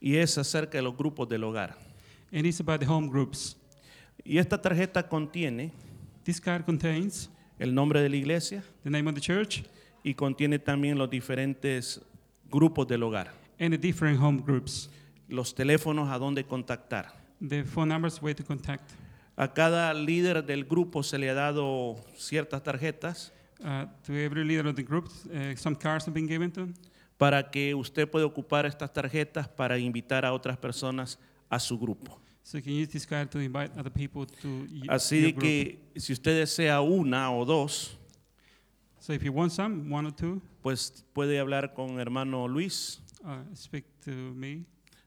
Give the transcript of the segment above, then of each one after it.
y es acerca de los grupos del hogar. and it's about the home groups. Y esta tarjeta contiene This card contains el nombre de la iglesia the name of the church y contiene también los diferentes grupos del hogar, and the different home groups, los teléfonos a donde contactar. the phone numbers, way to contact. A cada líder del grupo se le ha dado ciertas tarjetas Uh, to every leader of the group, uh, some cards have been given to, para que usted pueda ocupar estas tarjetas para invitar a otras personas a su grupo. so you can use this card to invite other people to y- Así de your group. que si usted desea una o dos, so if you want some, one or two, pues puede hablar con hermano Luis, uh, speak to me,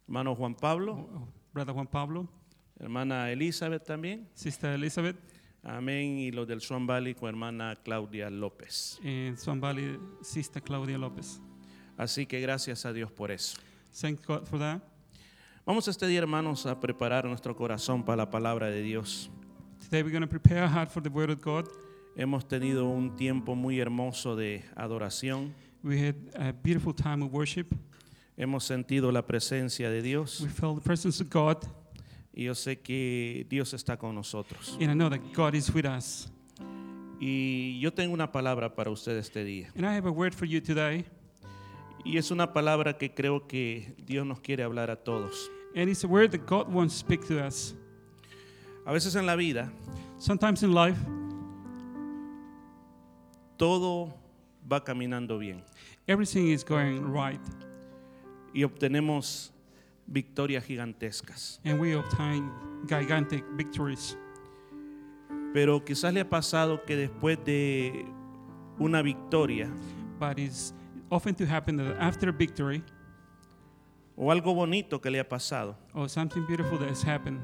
hermano Juan Pablo, or- or brother Juan Pablo, hermana Elizabeth también, sister Elizabeth, amén, y los del Swan Valley con hermana Claudia López. and somebody, sister Claudia Lopez. Así que gracias a Dios por eso. Thank God for that. Vamos este día, hermanos, a preparar nuestro corazón para la palabra de Dios. Today we're going to prepare our heart for the Word of God. Hemos tenido un tiempo muy hermoso de adoración. We had a beautiful time of worship. Hemos sentido la presencia de Dios We felt the presence of God, y yo sé que Dios está con nosotros. and I know that God is with us. Y yo tengo una palabra para usted este día. And I have a word for you today, Y es una palabra que creo que Dios nos quiere hablar a todos. and it's a word that God wants to speak to us. A veces en la vida Sometimes in life, todo va caminando bien everything is going right, y obtenemos victorias gigantescas. and we obtain gigantic victories. Pero quizás le ha pasado que después de una victoria But it's often to happen that after a victory o algo bonito que le ha pasado, or something beautiful that has happened,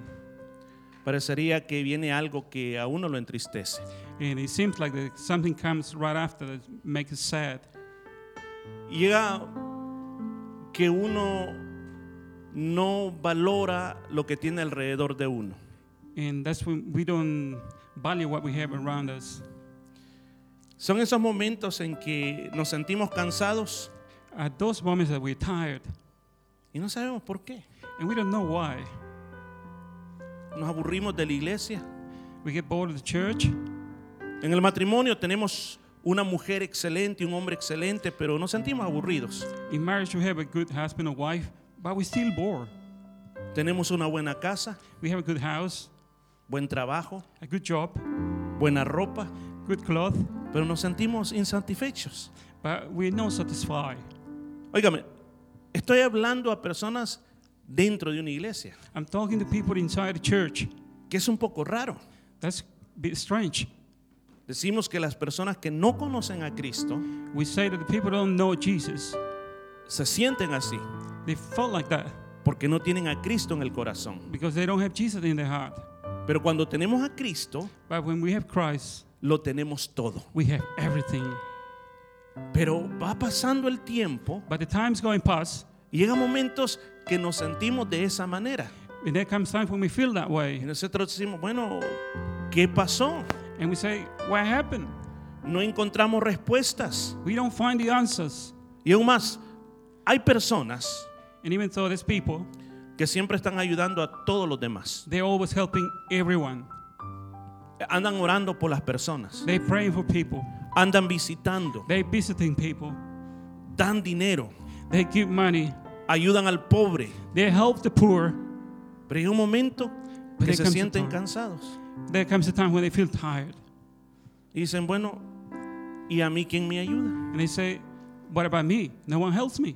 parecería que viene algo que a uno lo entristece. and it seems like that something comes right after that makes us sad. Llega que uno no valora lo que tiene alrededor de uno. And that's when we don't value what we have around us. Son esos momentos en que nos sentimos cansados At those moments that we're tired y no sabemos por qué. and we don't know why, Nos aburrimos de la iglesia. we get bored of the church. En el matrimonio tenemos una mujer excelente, un hombre excelente, pero nos sentimos aburridos. In marriage, we have a good husband or wife, but we're still bored. Tenemos una buena casa, We have a good house, buen trabajo, a good job, buena ropa, good cloth, pero nos sentimos insatisfechos. but we're not satisfied. Óigame, estoy hablando a personas dentro de una iglesia, I'm talking to people inside the church. que es un poco raro. That's a bit strange. Decimos que las personas que no conocen a Cristo We say that the people don't know Jesus. se sienten así They felt like that porque no tienen a Cristo en el corazón. because they don't have Jesus in their heart. Pero cuando tenemos a Cristo, But when we have Christ, lo tenemos todo. we have everything. Pero va pasando el tiempo But the time's going past, y llega momentos que nos sentimos de esa manera. and there comes time when we feel that Y way. nosotros decimos, bueno, ¿qué pasó? And we say, What happened? No encontramos respuestas. We don't find the answers. Y aún más, hay personas And even though there's people, que siempre están ayudando a todos los demás. they're always helping everyone. Andan orando por las personas, They praying for people. andan visitando, They visiting people. dan dinero, They give money. ayudan al pobre. They help the poor. Pero hay un momento But que there se comes a sienten time. cansados There comes a time when they feel tired. y dicen, bueno, ¿y a mí quién me ayuda? And they say, What about me? No one helps me.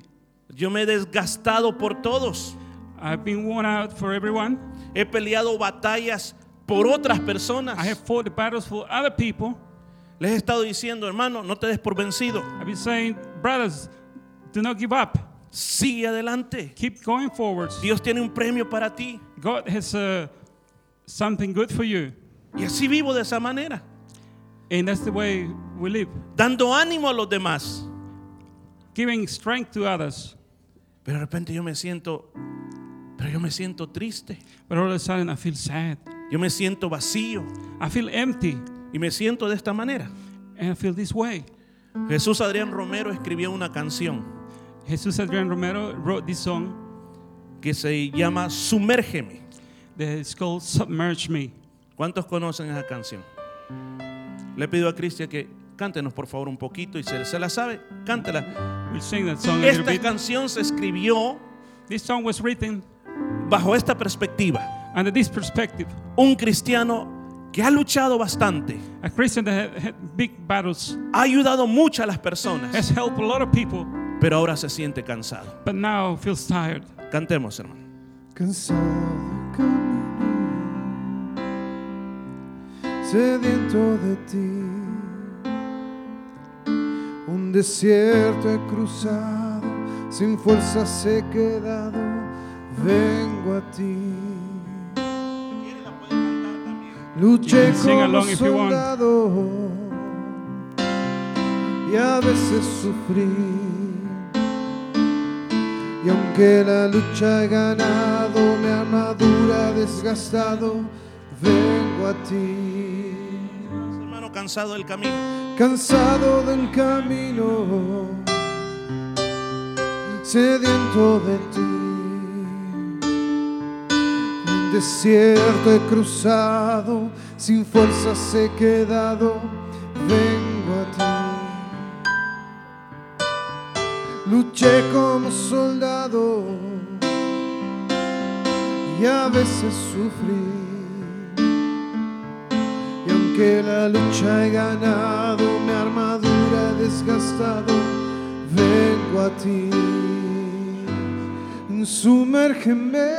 Yo me he desgastado por todos, I've been worn out for everyone. he peleado batallas por otras personas. I have fought the battles for other people. Les he estado diciendo, hermano, no te des por vencido, I've been saying, Brothers, do not give up. sigue adelante. Keep going forward. Dios tiene un premio para ti. God has uh, something good for you. Y así vivo de esa manera, And that's the way we live, dando ánimo a los demás. giving strength to others. Pero de repente yo me siento, pero yo me siento triste, But all of a sudden, I feel sad. yo me siento vacío I feel empty. y me siento de esta manera. And I feel this way. Jesús Adrián Romero escribió una canción. Jesus Adrian Romero wrote this song que se llama Sumérgeme. It's called Submerge Me. ¿Cuántos conocen esa canción? Le pido a Cristian que cántenos por favor un poquito y se, se la sabe, cántala. We'll sing that song a little Esta bit. canción se escribió This song was written bajo esta perspectiva. under this perspective. Un cristiano que ha luchado bastante, A Christian that had, had big battles ha ayudado mucho a las personas, has helped a lot of people, pero ahora se siente cansado. but now feels tired. Cantemos, hermano. Cansado sediento de ti, un desierto he cruzado, sin fuerzas he quedado, vengo a ti. You Luché can sing como along if you want. soldado y a veces sufrí. Y aunque la lucha he ganado, mi armadura ha desgastado, vengo a ti. Hermano cansado del camino. Cansado del camino, sediento de ti. Un desierto he cruzado, sin fuerzas he quedado, vengo a ti. Luché como soldado y a veces sufrí. Y aunque la lucha he ganado, mi armadura he desgastado, vengo a ti. Sumérgeme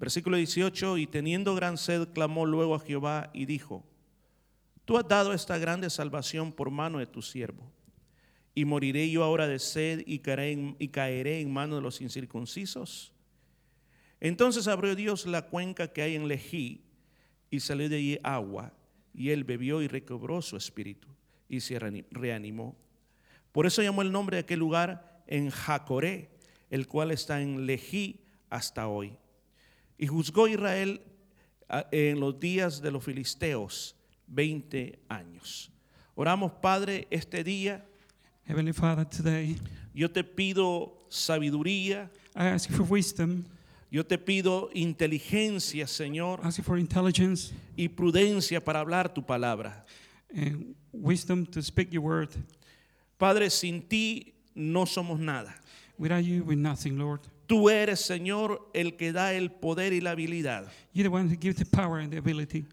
Versículo 18, y teniendo gran sed, clamó luego a Jehová y dijo, tú has dado esta grande salvación por mano de tu siervo, y moriré yo ahora de sed y caeré en, y caeré en manos de los incircuncisos. Entonces abrió Dios la cuenca que hay en Lejí y salió de allí agua, y él bebió y recobró su espíritu y se reani- reanimó. Por eso llamó el nombre de aquel lugar en Jacoré, el cual está en Lejí hasta hoy. Y juzgó Israel a- en los días de los filisteos, 20 años. Oramos, Padre, este día Heavenly Father, today Yo te pido sabiduría, I ask you for wisdom. yo te pido inteligencia, Señor, I ask you for intelligence y prudencia para hablar tu palabra. and wisdom to speak your word. Padre, sin ti no somos nada. Without you, we're nothing, Lord. Tú eres, Señor, el que da el poder y la habilidad. You're the one who gives the power and the ability.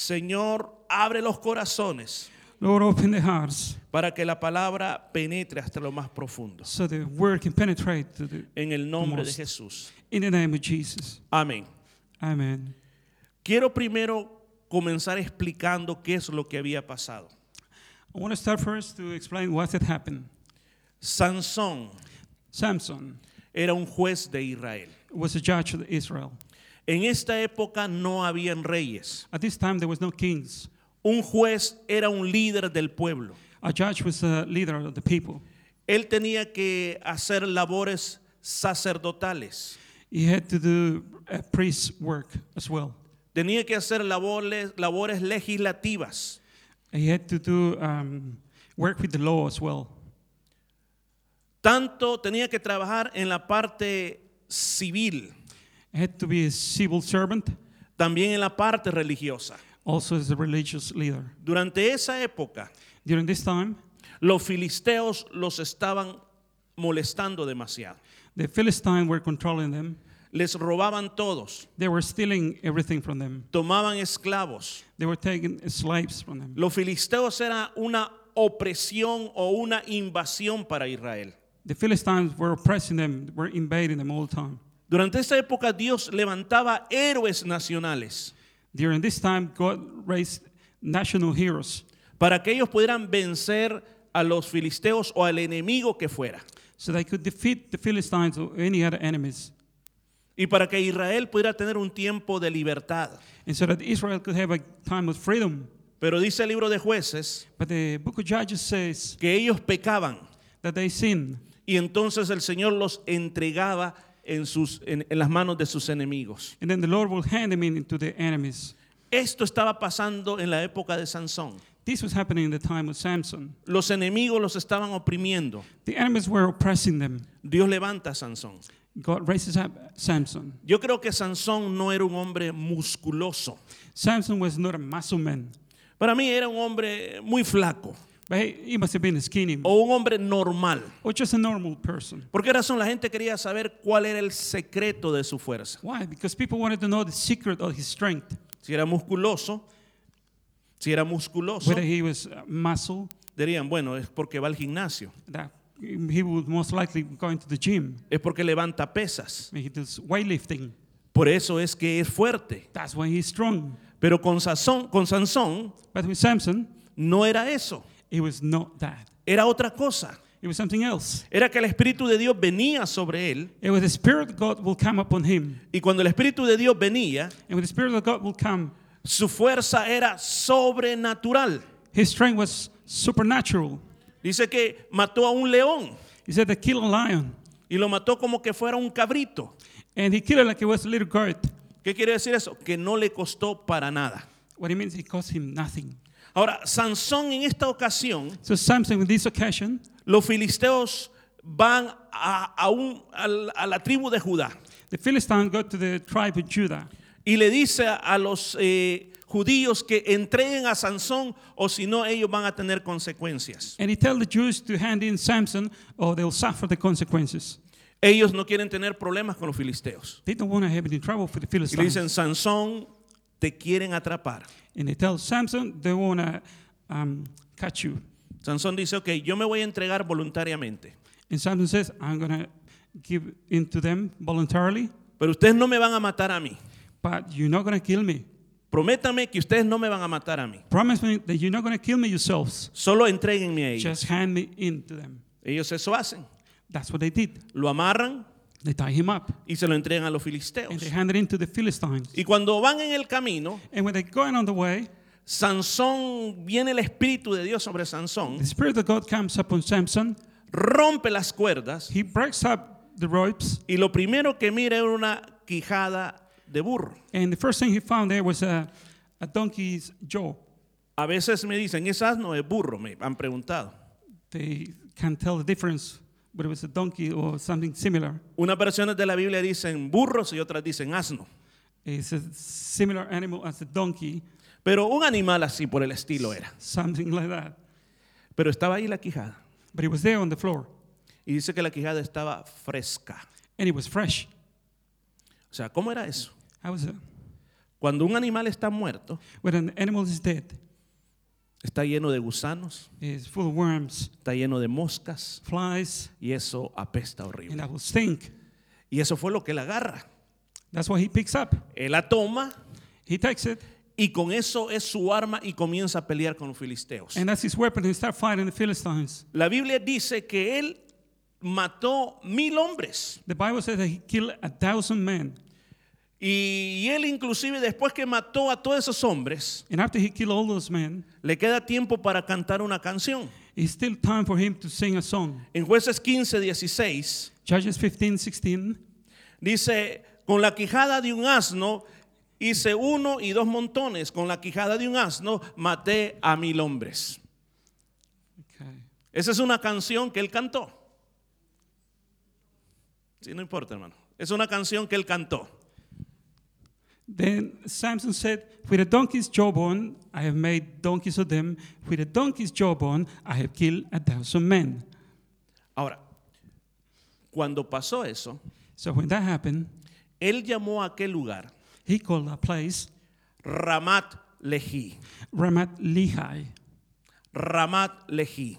Señor, abre los corazones Lord, open the hearts para que la palabra penetre hasta lo más profundo. so the word can penetrate to the, En el nombre de Most. Jesús. in the name of Jesus. Amén. Amen. Quiero primero comenzar explicando qué es lo que había pasado. I want to start first to explain what had happened. Sansón Samson era un juez de Israel. was a judge of Israel. En esta época no habían reyes. At this time, there was no kings. Un juez era un líder del pueblo. A judge was a leader of the people. Él tenía que hacer labores sacerdotales. He had to do uh, priest work as well. Tenía que hacer labores, labores legislativas. He had to do um, work with the law as well. Tanto tenía que trabajar en la parte civil, He had to be a civil servant, también en la parte religiosa. also as a religious leader. Durante esa época, During this time, los filisteos los estaban molestando demasiado. the Philistines were controlling them. Les robaban todos, They were stealing everything from them. tomaban esclavos. They were taking slaves from them. Los filisteos era una opresión o una invasión para Israel. The Philistines were oppressing them, were invading them all the time. Durante esa época Dios levantaba héroes nacionales During this time, God raised national heroes para que ellos pudieran vencer a los filisteos o al enemigo que fuera so they could defeat the Philistines or any other enemies, y para que Israel pudiera tener un tiempo de libertad. and so that Israel could have a time of freedom. Pero dice el libro de jueces But the book of Judges says que ellos pecaban that they sinned, y entonces el Señor los entregaba en, sus, en- en las manos de sus enemigos. and then the Lord will hand them in to the enemies. Esto estaba pasando en la época de Sansón. This was happening in the time of Samson. Los enemigos los estaban oprimiendo. The enemies were oppressing them. Dios levanta a Sansón. God raises up Samson. Yo creo que Sansón no era un hombre musculoso. Samson was not a muscle man, Para mí era un hombre muy flaco but he, he must have been skinny o un hombre normal. or just a normal person. ¿Por qué razón la gente quería saber cuál era el secreto de su fuerza? Why? Because people wanted to know the secret of his strength, Si era musculoso, si era musculoso, whether he was uh, muscle, dirían, bueno, es porque va al gimnasio, that he would most likely go into the gym. es porque levanta pesas. He does weightlifting. Por eso es que es fuerte. That's why he's strong. Pero con Sansón, con Sansón But with Samson, no era eso, it was not that. era otra cosa. It was something else. Era que el Espíritu de Dios venía sobre él It was the Spirit of God will come upon him. Y cuando el Espíritu de Dios venía, And when the Spirit of God will come, su fuerza era sobrenatural. his strength was supernatural. Dice que mató a un león He said they killed a lion. y lo mató como que fuera un cabrito. And he killed it like it was a little goat. ¿Qué quiere decir eso? Que no le costó para nada. What it means, it cost him nothing. Ahora, Sansón en esta ocasión, So Samson, on this occasion, los filisteos van a, a un- a la- a la tribu de Judá the Philistines go to the tribe of Judah. y le dice a, a los eh, judíos que entreguen a Sansón o si no ellos van a tener consecuencias. And he tells the Jews to hand in Samson or they'll suffer the consequences. Ellos no quieren tener problemas con los filisteos. They don't want to have any trouble with the Y le Philistines. dicen, Sansón, te quieren atrapar. And they tell Samson they want to um, catch you. Sansón dice, ok, yo me voy a entregar voluntariamente, And Samson says, I'm going to give in to them voluntarily, pero ustedes no me van a matar a mí. but you're not going to kill me. Prométame que ustedes no me van a matar a mí. Promise me that you're not going to kill me yourselves. Solo entreguenme a ellos. Just hand me in to them. Ellos eso hacen. That's what they did. Lo amarran They tie him up y se lo entregan a los and filisteos. they handed him to the Philistines. Y cuando van en el camino, And when they're going on the way, Sansón, viene el Espíritu de Dios sobre Sansón, the Spirit of God comes upon Samson. rompe las cuerdas He breaks up the ropes. y lo primero que mira es una quijada de burro. And the first thing he found there was a, a donkey's jaw. A veces me dicen, es asno, es burro, me han preguntado. They can't tell the difference whether it's a donkey or something similar. Unas versiones de la Biblia dicen burros y otras dicen asno. It's a similar animal as a donkey, Pero un animal así por el estilo era. something like that. Pero estaba ahí la quijada. But it was there on the floor, Y dice que la quijada estaba fresca. and it was fresh. O sea, ¿cómo era eso? How was it? Cuando un animal está muerto, When an animal is dead, está lleno de gusanos, it's full of worms, está lleno de moscas, flies, y eso apesta and horrible. that will stink. Y eso fue lo que él agarra. That's what he picks up. Él la toma He takes it, y con eso es su arma y comienza a pelear con los filisteos. and that's his weapon. He start fighting the Philistines. La Biblia dice que él mató mil hombres. The Bible says that he killed a thousand men, Y él inclusive después que mató a todos esos hombres, and after he killed all those men, le queda tiempo para cantar una canción. it's still time for him to sing a song. En jueces 15, 16 Judges 15, 16. dice, con la quijada de un asno hice uno y dos montones, con la quijada de un asno maté a mil hombres. Okay. Esa es una canción que él cantó. Sí, no importa, hermano. Es una canción que él cantó. Then Samson said, With a donkey's jawbone I have made donkeys of them. With a donkey's jawbone I have killed a thousand men. Ahora, cuando pasó eso, So when that happened, él llamó a aquel lugar he called that place Ramat Lehi. Ramat Lehi. Ramat Lehi.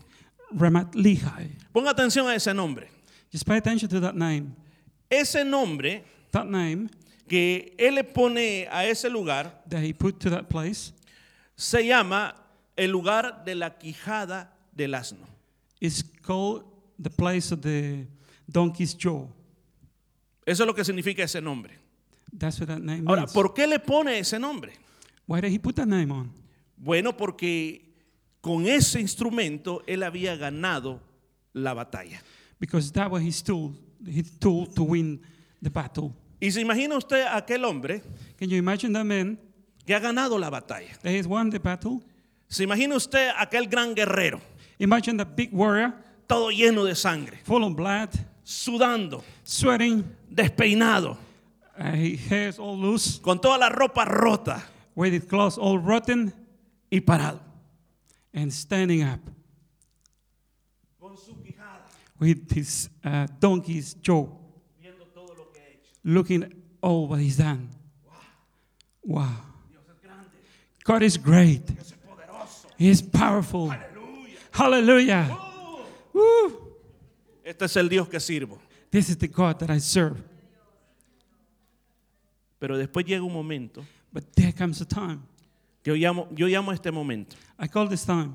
Ramat Lehi. Ponga atención a ese nombre. Just pay attention to that name. Ese nombre That name que él le pone a ese lugar that he put to that place se llama el lugar de la quijada del asno. is called the place of the donkey's jaw. Eso es lo que significa ese nombre. That's what that name Ahora, means. ¿por qué le pone ese nombre? Why did he put that name on? Bueno, porque con ese instrumento él había ganado la batalla. Because that was his tool, his tool to win the battle. Y se imagina usted a aquel hombre Can you imagine that man que ha ganado la batalla. that has won the battle? Se imagina usted a aquel gran guerrero, Imagine that big warrior, todo lleno de sangre, full of blood, sudando, sweating, despeinado, uh, his hair's all loose, con toda la ropa rota with his clothes all rotten, y parado. and standing up Con su quijada, with his uh, donkey's jaw, viendo todo lo que ha hecho. looking at all what he's done. Wow. God is great. He is powerful. Hallelujah. Woo. Este es el Dios que sirvo. This is the God that I serve. Pero después llega un momento, But there comes a time. que yo llamo, yo llamo a este momento, I call this time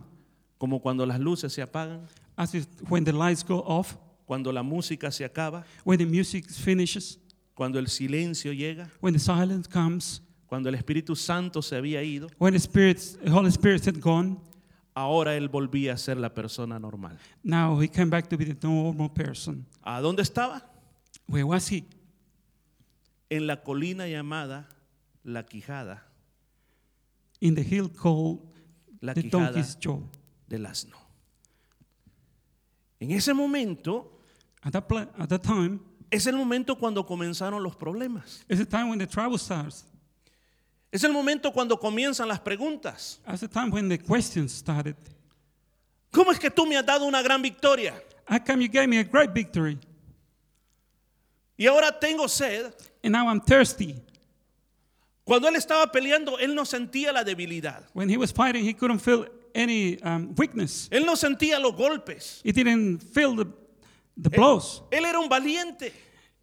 como cuando las luces se apagan, as if when the lights go off, cuando la música se acaba, when the music finishes, cuando el silencio llega, when the silence comes, cuando el Espíritu Santo se había ido, when the Spirit, the Holy Spirit had gone. ahora él volvía a ser la persona normal. Now he came back to be the normal person. ¿A dónde estaba? Where was he? En la colina llamada La Quijada, In the hill called La the Quijada donkey's jaw. del Asno. En ese momento At that, pla- at that time, es el momento cuando comenzaron los problemas. it's the time when the trouble starts. Es el momento cuando comienzan las preguntas. That's the time when the questions started. ¿Cómo es que tú me has dado una gran victoria? How come you gave me a great victory? Y ahora tengo sed. And now I'm thirsty. Cuando él estaba peleando, él no sentía la debilidad. When he was fighting, he couldn't feel any um, weakness. Él no sentía los golpes. He didn't feel the, the Eh. blows. Él era un valiente.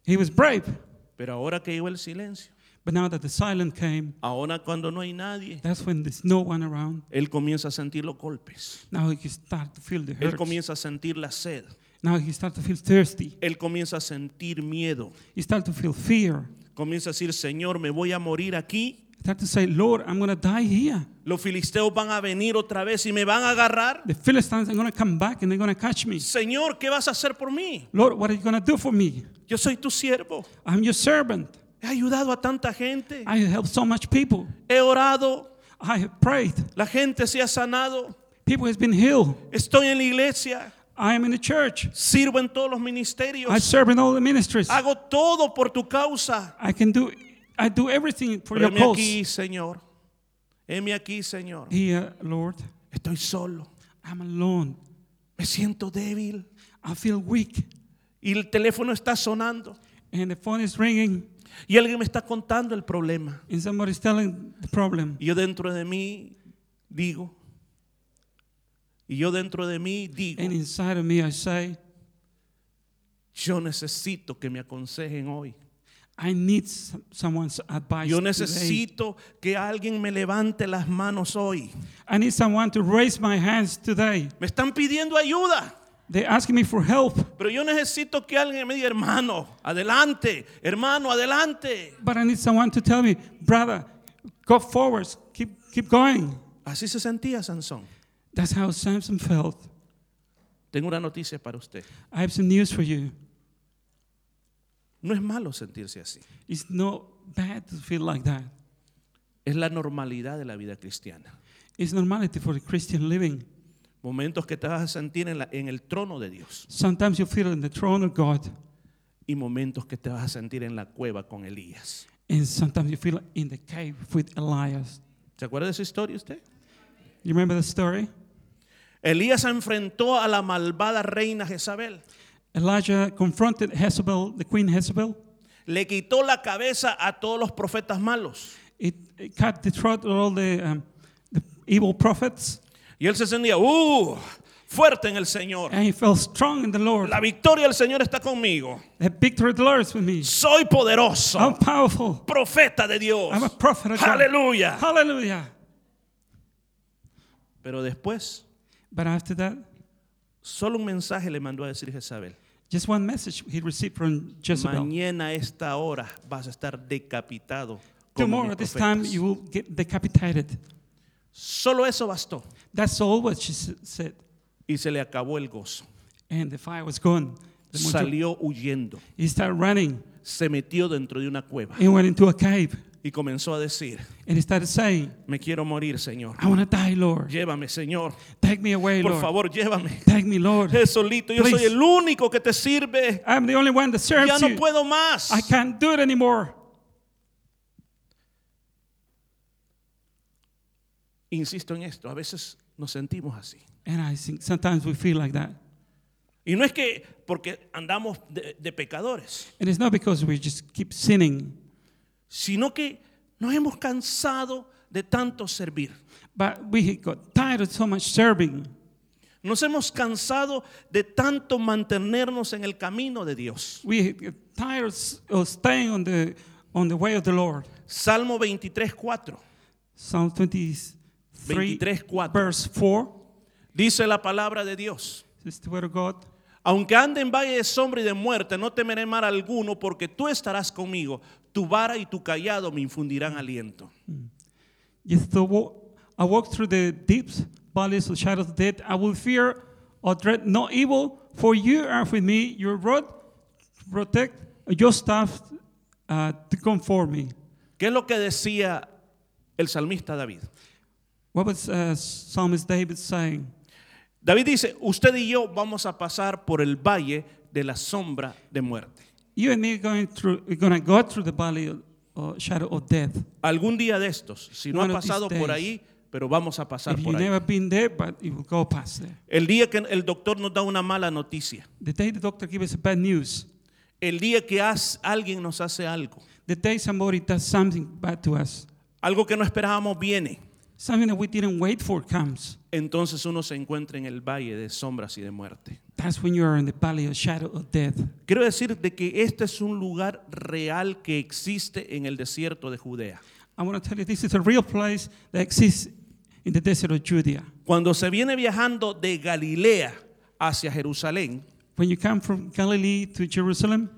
He was brave. Pero ahora que llegó el silencio, But now that the silence came, ahora cuando no hay nadie, that's when there's no one around. él comienza a sentir los golpes. Now he start to feel the Él hurt. comienza a sentir la sed. Now he start to feel thirsty. Él comienza a sentir miedo. He start to feel fear. Comienza a decir, Señor, me voy a morir aquí. Start to say, Lord, I'm gonna die here. Los filisteos van a venir otra vez y me van a agarrar. The Philistines are gonna come back and they're gonna catch me. Señor, ¿qué vas a hacer por mí? Lord, what are you gonna do for me? Yo soy tu siervo. I'm your servant. He ayudado a tanta gente. I have helped so much people. He orado. I have prayed. La gente se ha sanado. People has been healed. Estoy en la iglesia. I am in the church. Sirvo en todos los I ministerios. serve in all the ministries. Hago todo por tu causa. I can do I do everything for Pero your heme cause. aquí, Señor. Heme aquí, Señor. Here, Lord, Estoy solo. I'm alone. Me siento débil. I feel weak, Y el teléfono está sonando. and the phone is ringing, Y alguien me está contando el problema. and somebody's telling the problem. Y yo dentro de mí digo. Y yo dentro de mí digo. And inside of me, I say, Yo necesito que me aconsejen hoy. I need some- someone's advice. Yo today. necesito que alguien me levante las manos hoy. I need someone to raise my hands today. Me están pidiendo ayuda. They're asking me for help, Pero yo necesito que alguien me diga, hermano, adelante, hermano, adelante. but I need someone to tell me, brother, go forwards, keep, keep going. Así se sentía Sansón. That's how Samson felt. Tengo una noticia para usted. I have some news for you. No es malo sentirse así. It's not bad to feel like that. Es la normalidad de la vida cristiana. It's normality for the Christian living. Momentos que te vas a sentir en, la- en el trono de Dios Sometimes you feel in the throne of God, y momentos que te vas a sentir en la cueva con Elías. and sometimes you feel in the cave with Elias. ¿Se acuerda de esa historia usted? You remember the story? Elías se enfrentó a la malvada reina Jezabel. Elijah confronted Jezebel, the queen Jezebel. Le quitó la cabeza a todos los profetas malos. It, it cut the throat of all the, um, the evil prophets, Y él se sentía, ¡uh! Fuerte en el Señor. and he felt strong in the Lord. La victoria del Señor está conmigo. The victory of the Lord is with me. Soy poderoso. I'm powerful. profeta de Dios. I'm a prophet of God. Aleluya. Hallelujah. Pero después, But after that, solo un mensaje le mandó a decir Jezabel. just one message he received from Jezebel. Mañana a esta hora vas a estar decapitado. como Tomorrow, mis at this profetas". time, you will get decapitated. Solo eso bastó. That's all what she s- said. Y se le acabó el gozo. And the fire was gone. The mojo- Salió huyendo. He started running. Se metió dentro de una cueva. He went into a cave. Y comenzó a decir, And he started saying, me quiero morir, Señor. I want to die, Lord. Llévame, Señor. Take me away, Por Lord. favor, llévame. Take me, Lord. Eh, solito. Yo soy Please. el único que te sirve. I'm the only one that Ya serves no you. puedo más. I can't do it anymore. Insisto en esto. A veces nos sentimos así. And I think sometimes we feel like that. Y no es que porque andamos de, de pecadores, And it's not because we just keep sinning, sino que nos hemos cansado de tanto servir. but we got tired of so much serving. Nos hemos cansado de tanto mantenernos en el camino de Dios. We get tired of s- of staying on the, on the way of the Lord. Salmo 23, 4. Psalm 23, 23, 4. verse 4. Dice la palabra de Dios. This is the word of God. Aunque ande en valle de sombra y de muerte, no temeré mal alguno, porque tú estarás conmigo. Tu vara y tu callado me infundirán aliento. Yes, though wa- I walk through the deeps, valleys of shadows of death, I will fear or dread no evil, for you are with me. Your rod protect, your staff uh, to comfort me. ¿Qué es lo que decía el salmista David? What was uh, Psalmist David saying? David dice, usted y yo vamos a pasar por el valle de la sombra de muerte. You and me are going through, we're gonna go through the valley of, or shadow of death. Algún día de estos, si no ha One of these pasado por days. ahí, pero vamos a pasar If por you've ahí. never been there, but it will go past there. El día que el doctor nos da una mala noticia, The day the doctor gives us bad news, el día que haz- alguien nos hace algo, the day somebody does something bad to us, algo que no esperábamos viene, something that we didn't wait for comes. entonces uno se encuentra en el valle de sombras y de muerte. That's when you are in the valley of shadow of death. Quiero decir de que este es un lugar real que existe en el desierto de Judea. I want to tell you this is a real place that exists in the desert of Judea. Cuando se viene viajando de Galilea hacia Jerusalén, When you come from Galilee to Jerusalem,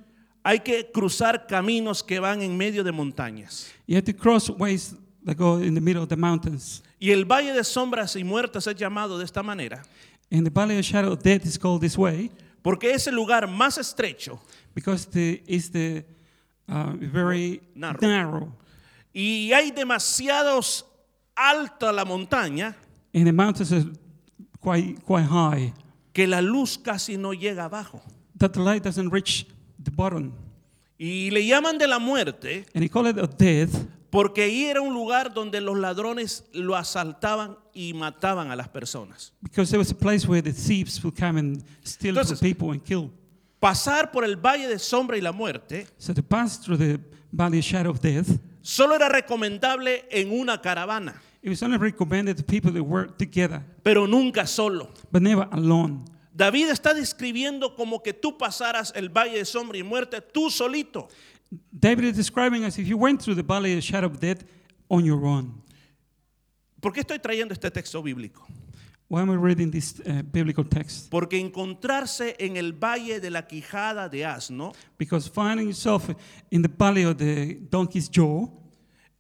Hay que cruzar caminos que van en medio de montañas. you have to cross ways that go in the middle of the mountains. Y el valle de sombras y muertes es llamado de esta manera And the valley of shadow of death is called this way porque es el lugar más estrecho because the, it's the uh, very Narrow. narrow. y hay demasiados alta la montaña And the mountains are quite, quite high. que la luz casi no llega abajo. that the light doesn't reach the bottom. Y le llaman de la muerte And he called it a death porque ahí era un lugar donde los ladrones lo asaltaban y mataban a las personas. because there was a place where the thieves would come and steal Entonces- from people and kill. Pasar por el valle de sombra y la muerte So to pass through the valley of shadow of death, solo era recomendable en una caravana, it was only recommended to people that were together, pero nunca solo. but never alone. David está describiendo como que tú pasaras el valle de sombra y muerte tú solito. David is describing us if you went through the valley of shadow of death on your own. ¿Por qué estoy trayendo este texto bíblico? Why am I reading this uh, biblical text? Porque encontrarse en el valle de la quijada de asno Because finding yourself in the valley of the donkey's jaw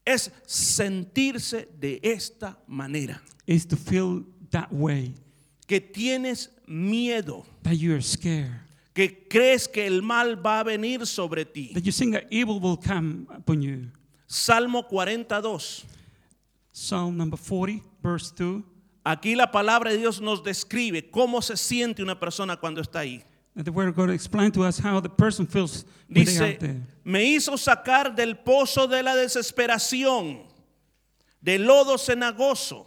es sentirse de esta manera, is to feel that way, que tienes miedo, that you are scared, que crees que el mal va a venir sobre ti. that you think that evil will come upon you. Salmo 42. Psalm number 40, verse 2. Aquí la palabra de Dios nos describe cómo se siente una persona cuando está ahí. That the Word of God explained to us how the person feels when they are Dice, there. me hizo sacar del pozo de la desesperación, del lodo cenagoso,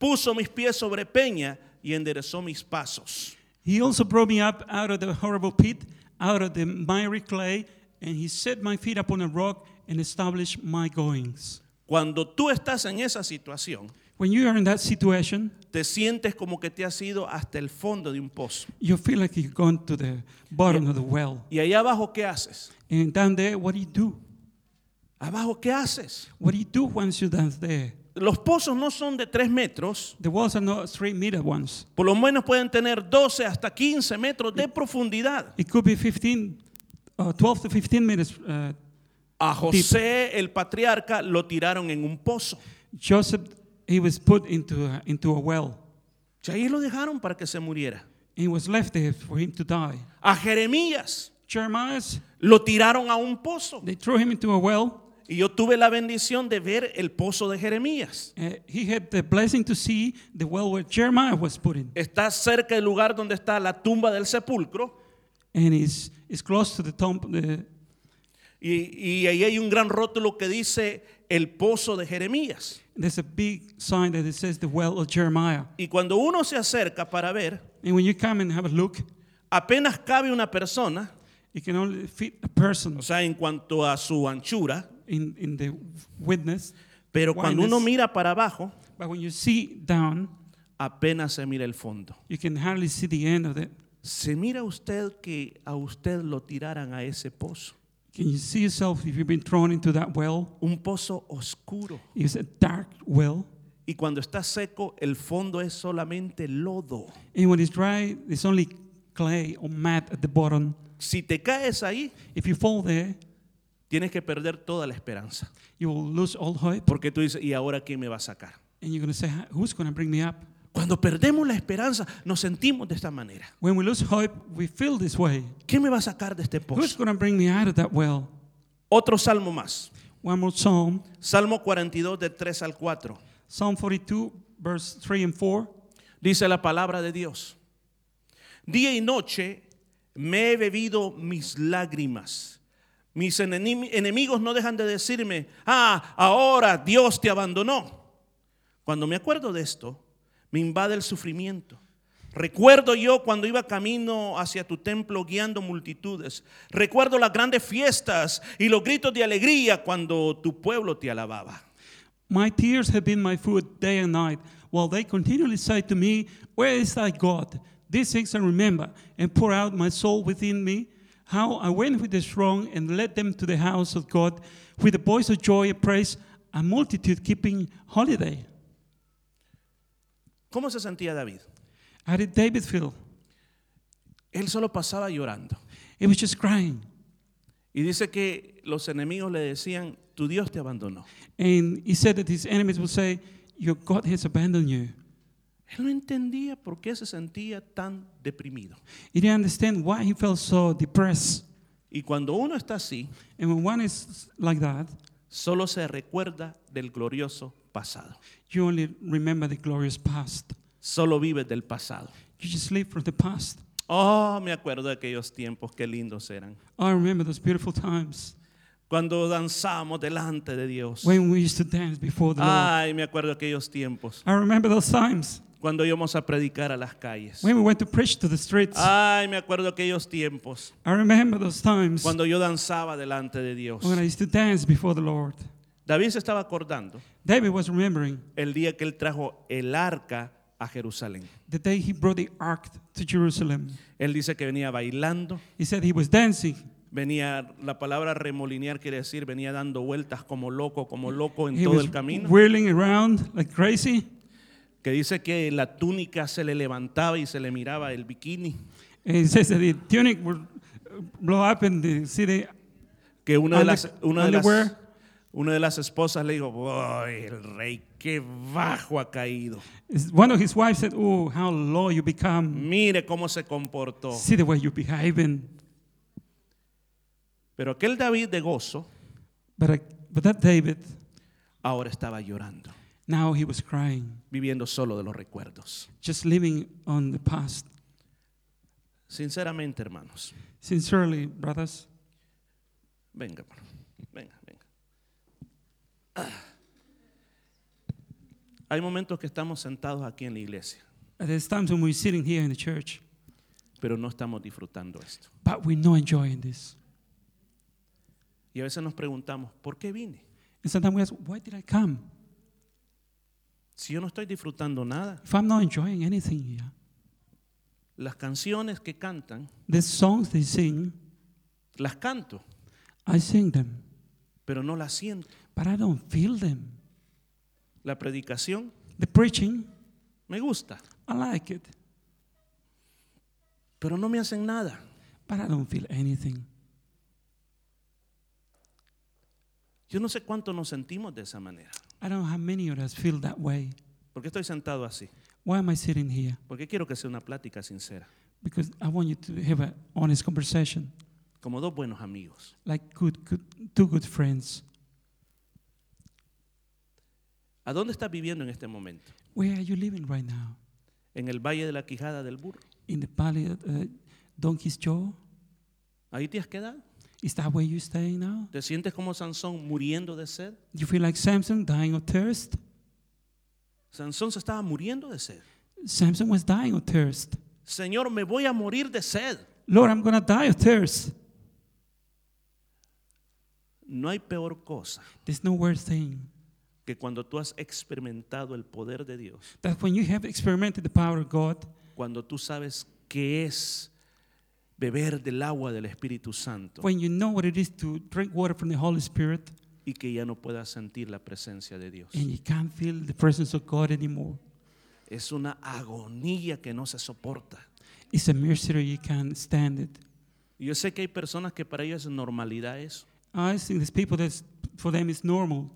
puso mis pies sobre peña y enderezó mis pasos. He also brought me up out of the horrible pit, out of the miry clay, and he set my feet upon a rock and established my goings. Cuando tú estás en esa situación, When you are in that situation, te sientes como que te has ido hasta el fondo de un pozo. you feel like you've gone to the bottom of the well. ¿Y allá abajo qué haces? And down there, what do you do? ¿Abajo qué haces? What do you do once you're down there? Los pozos no son de 3 metros, The walls are not three meter ones. por lo menos pueden tener 12 hasta 15 metros de profundidad. It could be 15, uh, 12 to 15 minutes. Uh, A José, el patriarca, lo tiraron en un pozo. Joseph, he was put into a, into a well. Y ahí lo dejaron para que se muriera. He was left there for him to die. A Jeremías Jeremiah, lo tiraron a un pozo. they threw him into a well. Y yo tuve la bendición de ver el pozo de Jeremías. Uh, he had the blessing to see the well where Jeremiah was put in, Está cerca del lugar donde está la tumba del sepulcro. and it's, it's close to the tomb. The, Y, y ahí hay un gran rótulo que dice el pozo de Jeremías. there's a big sign that it says the well of Jeremiah. Y cuando uno se acerca para ver, And when you come and have a look, apenas cabe una persona, you can only fit a person o sea, en cuanto a su anchura, in, in the witness. pero cuando uno Guaynas. mira para abajo, But when you see down, apenas se mira el fondo. you can hardly see the end of it. ¿Se mira usted que a usted lo tiraran a ese pozo? Can you see yourself if you've been thrown into that well? Un pozo oscuro. It's a dark well. Y cuando está seco, el fondo es solamente lodo. And when it's dry, there's only clay or mud at the bottom. Si te caes ahí, If you fall there, tienes que perder toda la esperanza. you will lose all hope. Porque tú dices, ¿y ahora quién me va a sacar? And you're going to say, Who's going to bring me up? Cuando perdemos la esperanza, nos sentimos de esta manera. When we lose hope, we feel this way. ¿Quién me va a sacar de este Who's pozo? going to bring me out of that well? Otro salmo más. One more psalm, Salmo 42 de 3 al 4. Psalm 42, verse 3 and 4. Dice la palabra de Dios. Día y noche me he bebido mis lágrimas. Mis enemi- enemigos no dejan de decirme, ah, ahora Dios te abandonó. Cuando me acuerdo de esto, me invade el sufrimiento. Recuerdo yo cuando iba camino hacia tu templo guiando multitudes. Recuerdo las grandes fiestas y los gritos de alegría cuando tu pueblo te alababa. My tears have been my food day and night, while they continually say to me, Where is thy God? These things I remember, and pour out my soul within me, how I went with the strong and led them to the house of God with a voice of joy and praise, a multitude keeping holiday. ¿Cómo se sentía David? How did David feel? Él solo pasaba llorando. He was just crying. Y dice que los enemigos le decían, tu Dios te abandonó. And he said that his enemies would say, Your God has abandoned you. Él no entendía por qué se sentía tan deprimido. He didn't understand why he felt so depressed. Y cuando uno está así, And when one is like that, solo se recuerda del glorioso pasado. you only remember the glorious past. Solo vive del pasado. You just live from the past. Oh, me acuerdo de aquellos tiempos, qué lindos eran. I remember those beautiful times Cuando danzamos delante de Dios. when we used to dance before the Lord. Ay, me acuerdo de aquellos tiempos. I remember those times Cuando íbamos a predicar a las calles. when we went to preach to the streets. Ay, me acuerdo de aquellos tiempos. I remember those times Cuando yo danzaba delante de Dios. when I used to dance before the Lord. David se estaba acordando David was remembering el día que él trajo el arca a Jerusalén. the day he brought the ark to Jerusalem. Él dice que venía bailando, He said he was dancing. venía, la palabra remolinear quiere decir, venía dando vueltas como loco, como loco en He todo was el camino. whirling around like crazy. que dice que la túnica se le levantaba y se le miraba el bikini, And he says that the tunic would blow up in the city. que una de Under- las una de las, underwear. una de las esposas le dijo, "Ay, el rey qué bajo ha caído. It's- One of his wives said, Oh, how low you become. Mire cómo se comportó." See the way you're behaving. Pero aquel David de gozo But, I, but that David, ahora estaba llorando, now he was crying, viviendo solo de los recuerdos. just living on the past. Sinceramente, hermanos. Sincerely, brothers, Venga, hermano. venga, venga. Ah. Hay momentos que estamos sentados aquí en la iglesia, there's times when we're sitting here in the church, pero no estamos disfrutando esto. but we're not enjoying this. Y a veces nos preguntamos, ¿por qué vine? And sometimes we ask, Why did I come? Si yo no estoy disfrutando nada. If I'm not enjoying anything here, Las canciones que cantan, the songs they sing, las canto, I sing them, pero no las siento. but I don't feel them. La predicación The preaching, me gusta, I like it, pero no me hacen nada. but I don't feel anything. Yo no sé cuánto nos sentimos de esa manera. I don't know how many of us feel that way. ¿Por qué estoy sentado así? Why am I sitting here? Porque quiero que sea una plática sincera, Because I want you to have an honest conversation, como dos buenos amigos. like good, good, two good friends. ¿A dónde estás viviendo en este momento? Where are you living right now? ¿En el Valle de la Quijada del Burro? In the valley of uh, Donkey's Jaw? ¿Ahí te has quedado? Is that where you're staying now? ¿Te sientes como Sansón muriendo de sed? You feel like Samson dying of thirst? Sansón se estaba muriendo de sed. Samson was dying of thirst. Señor, me voy a morir de sed. Lord, I'm going to die of thirst. No hay peor cosa There's no worse thing. que cuando tú has experimentado el poder de Dios, That when you have experimented the power of God, cuando tú sabes qué es beber del agua del Espíritu Santo when you know what it is to drink water from the Holy Spirit, y que ya no puedas sentir la presencia de Dios. and you can't feel the presence of God anymore, Es una agonía que no se soporta. it's a mystery you can't stand it. Y Yo sé que hay personas que para ellos es normalidad eso. I think there's people that for them it's normal.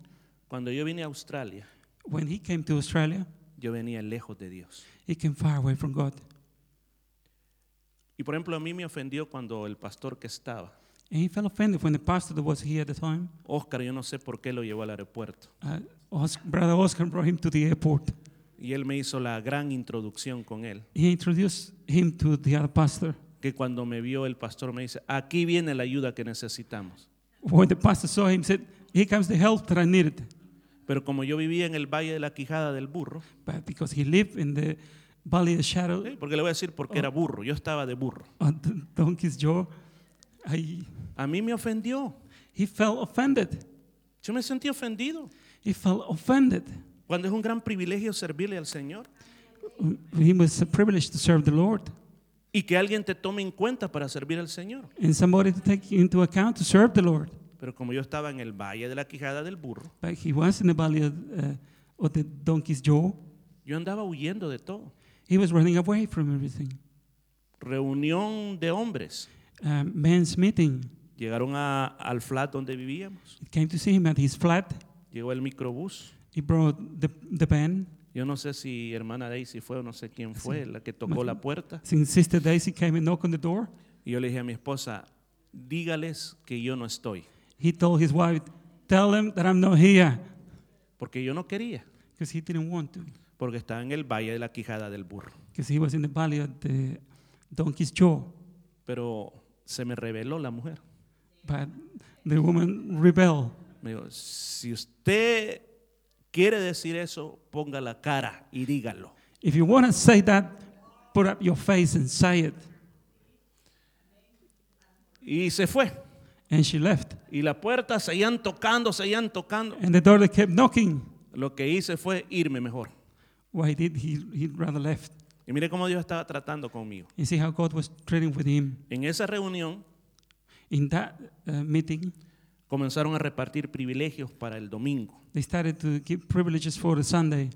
Cuando yo vine a Australia, When he came to Australia, yo venía lejos de Dios. he came far away from God. Y por ejemplo, a mí me ofendió cuando el pastor que estaba, And he felt offended when the pastor that was here at the time, Oscar, yo no sé por qué lo llevó al aeropuerto. uh, Os- Brother Oscar brought him to the airport. Y él me hizo la gran introducción con él. He introduced him to the other pastor. que cuando me vio el pastor me dice, aquí viene la ayuda que necesitamos. When the pastor saw him, said, "Here comes the help that I needed." Pero como yo vivía en el Valle de la Quijada del Burro, But because he lived in the valley of the shadow ¿sí? porque le voy a decir porque era burro, yo estaba de burro. on the donkey's jaw, I, A mí me ofendió, he felt offended. yo me sentí ofendido, He felt offended. cuando es un gran privilegio servirle al Señor He was a privilege to serve the Lord y que alguien te tome en cuenta para servir al Señor. and somebody to take into account to serve the Lord. Pero como yo estaba en el Valle de la Quijada del Burro, But he was in the valley of, uh, of the donkey's jaw. yo andaba huyendo de todo. He was running away from everything. Reunión de hombres. Um, men's meeting. Llegaron a- al flat donde vivíamos, It came to see him at his flat. llegó el microbús. He brought the, the band. Yo no sé si hermana Daisy fue o no sé quién fue la que tocó la puerta. Since Sister Daisy came and knocked on the door, Y yo le dije a mi esposa, dígales que yo no estoy, he told his wife, Tell them that I'm not here. porque yo no quería, Because he didn't want to. porque estaba en el valle de la quijada del burro. because he was in the valley of the donkey's jaw. Pero se me reveló la mujer. But the woman rebelled. Me dijo, si usted quiere decir eso, ponga la cara y dígalo. If you want to say that, put up your face and say it. Y se fue. And she left. Y la puerta seguían tocando, seguían tocando. And the daughter kept knocking. Lo que hice fue irme mejor. Why did he, he rather left? Y mire cómo Dios estaba tratando conmigo. You see how God was treating with him. En esa reunión In that uh, meeting, comenzaron a repartir privilegios para el domingo. they started to give privileges for the Sunday,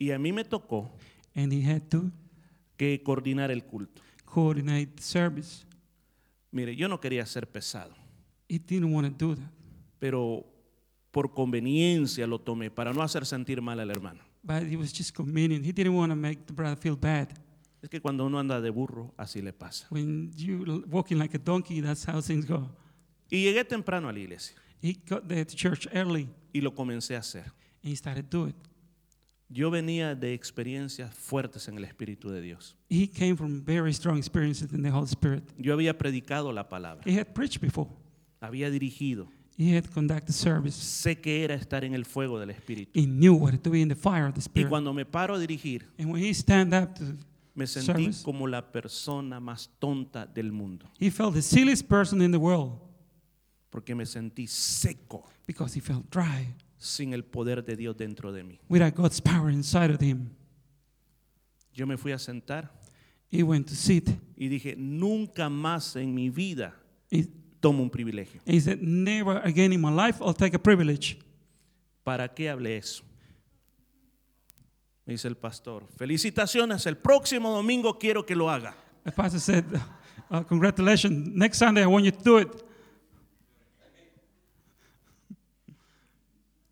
Y a mí me tocó and he had to que coordinar el culto. coordinate the service. Mire, yo no quería ser pesado, He didn't want to do that, pero por conveniencia lo tomé para no hacer sentir mal al hermano. but it was just convenient. He didn't want to make the brother feel bad. Es que cuando uno anda de burro, así le pasa. When you l- walking like a donkey, that's how things go. Y llegué temprano a la iglesia He got there to church early, y lo comencé a hacer. and he started to do it. Yo venía de experiencias fuertes en el Espíritu de Dios. He came from very strong experiences in the Holy Spirit. Yo había predicado la palabra, He had preached before. había dirigido, He had conducted service. sé que era estar en el fuego del Espíritu. He knew what to be in the fire of the Y Spirit. cuando me paro a dirigir, and when he stand up, to, me sentí Service. como la persona más tonta del mundo, he felt the silliest person in the world porque me sentí seco, because he felt dry sin el poder de Dios dentro de mí. without God's power inside of him. Yo me fui a sentar He went to sit. y dije, nunca más en mi vida He, tomo un privilegio. he said, "Never again in my life I'll take a privilege." ¿Para qué hablé eso? Me dice el pastor, felicitaciones, el próximo domingo quiero que lo haga. The pastor said, uh, "Congratulations! Next Sunday I want you to do it."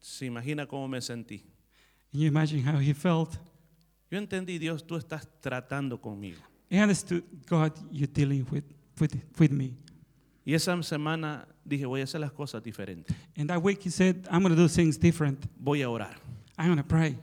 Se imagina cómo me sentí. Can you imagine how he felt? Yo entendí, Dios, tú estás tratando conmigo. He understood God. You're dealing with with with me. Y esa semana dije, voy a hacer las cosas diferentes. And that week he said, "I'm going to do things different. Voy a orar. I'm going to pray,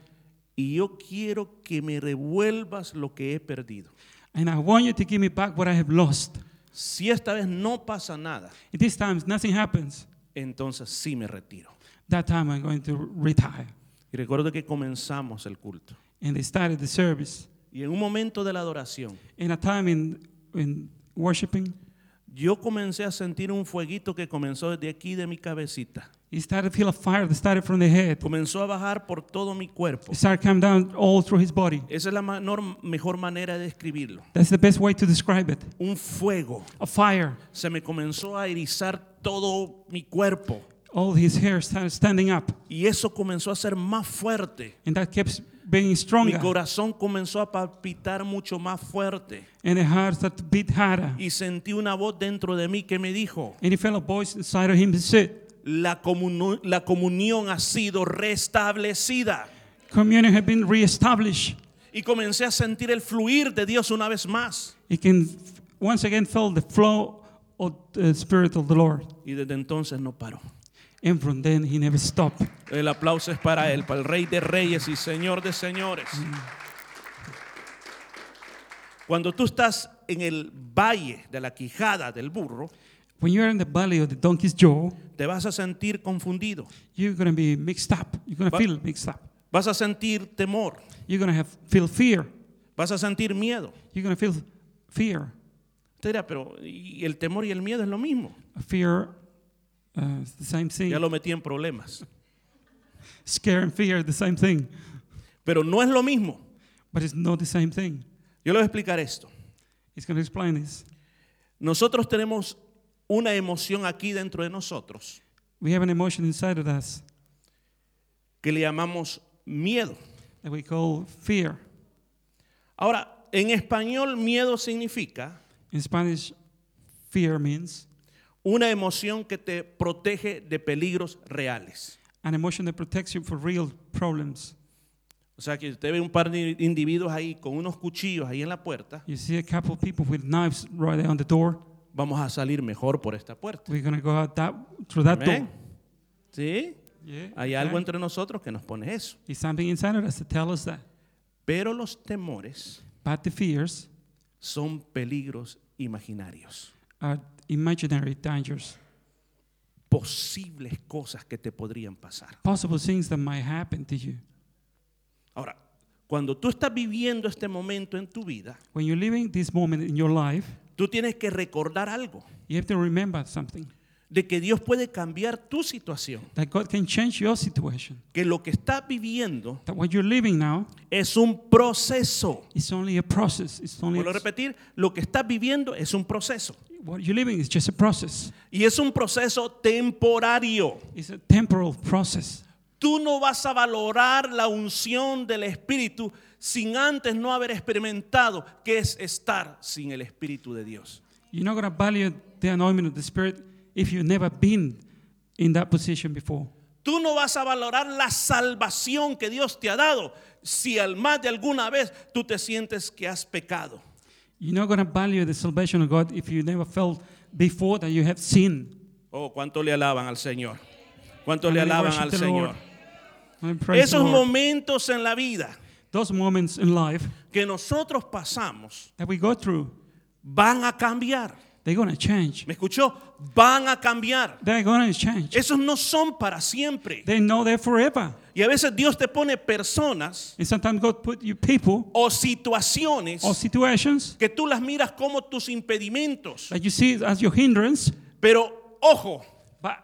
Y yo quiero que me revuelvas lo que he perdido. and I want you to give me back what I have lost." Si esta vez no pasa nada, This time nothing happens. entonces sí me retiro. That time I'm going to retire. Y recuerdo que comenzamos el culto. And they started the service. Y en un momento de la adoración, In a time in, in worshiping, yo comencé a sentir un fueguito que comenzó desde aquí de mi cabecita. he started to feel a fire that started from the head. Comenzó a bajar por todo mi cuerpo. It started coming down all through his body. Esa es la manor- mejor manera de describirlo. That's the best way to describe it. Un fuego. A fire. Se me comenzó a erizar todo mi cuerpo. All his hair started standing up. Y eso comenzó a ser más fuerte. And that kept being Mi stronger. corazón comenzó a palpitar mucho más fuerte. And the heart started to beat harder. Y sentí una voz dentro de mí que me dijo, And he felt a voice inside of him that said, la, comunu- la comunión ha sido restablecida. Communion had been reestablished. Y comencé a sentir el fluir de Dios una vez más. He can f- once again felt the flow of the Spirit of the Lord. Y desde entonces no paró. And from then he never stopped. El aplauso es para él, para el Rey de Reyes y Señor de Señores. Cuando tú estás en el valle de la quijada del burro, When you're in the belly of the donkey's jaw, te vas a sentir confundido, you're gonna be mixed up. You're gonna But- feel mixed up. vas a sentir temor, You're gonna have feel fear. vas a sentir miedo. You're gonna feel fear. Usted dirá, pero y el temor y el miedo es lo mismo. Fear, uh, it's the same thing. Ya lo metí en problemas. Scare and fear, are the same thing. Pero no es lo mismo. But it's not the same thing. Yo le voy a explicar esto. It's gonna explain this. Nosotros tenemos una emoción aquí dentro de nosotros We have an emotion inside of us que le llamamos miedo. that we call fear. Ahora, en español miedo significa In Spanish, fear means una emoción que te protege de peligros reales. an emotion that protects you for real problems. O sea, que usted ve un par de individuos ahí con unos cuchillos ahí en la puerta, You see a couple of people with knives right there on the door. vamos a salir mejor por esta puerta. We're gonna go out that through that Amén. door. ¿Sí? Yeah, Hay okay. algo entre nosotros que nos pone eso. It's something inside of us to tell us that. Pero los temores But But the fears son peligros imaginarios, are imaginary dangers, posibles cosas que te podrían pasar. possible things that might happen to you. Ahora, cuando tú estás viviendo este momento en tu vida, When you're living this moment in your life, tú tienes que recordar algo, you have to remember something de que Dios puede cambiar tu situación, that God can change your situation. que lo que estás viviendo That what you're living now es un proceso. is only a process. It's only Vuelvo a repetir, lo que estás viviendo es un proceso. what you're living is just a process. Y es un proceso temporario. It's a temporal process. Tú no vas a valorar la unción del Espíritu sin antes no haber experimentado qué es estar sin el Espíritu de Dios. You're not going to value the anointing of the Spirit if you've never been in that position before. Tú no vas a valorar la salvación que Dios te ha dado si al más de alguna vez tú te sientes que has pecado. You're not going to value the salvation of God if you never felt before that you have sinned. Oh, cuánto le alaban al Señor. Cuánto le And we alaban worship al the Lord. Señor. And praise the Esos Lord. momentos en la vida Those moments in life que nosotros pasamos that we go through, van a cambiar. they're going to change. ¿Me escuchó? Van a cambiar. They're going to change. Esos no son para siempre. They know they're forever. Y a veces Dios te pone personas And sometimes God put you people o situaciones or situations que tú las miras como tus impedimentos. that you see as your hindrance, Pero ojo, but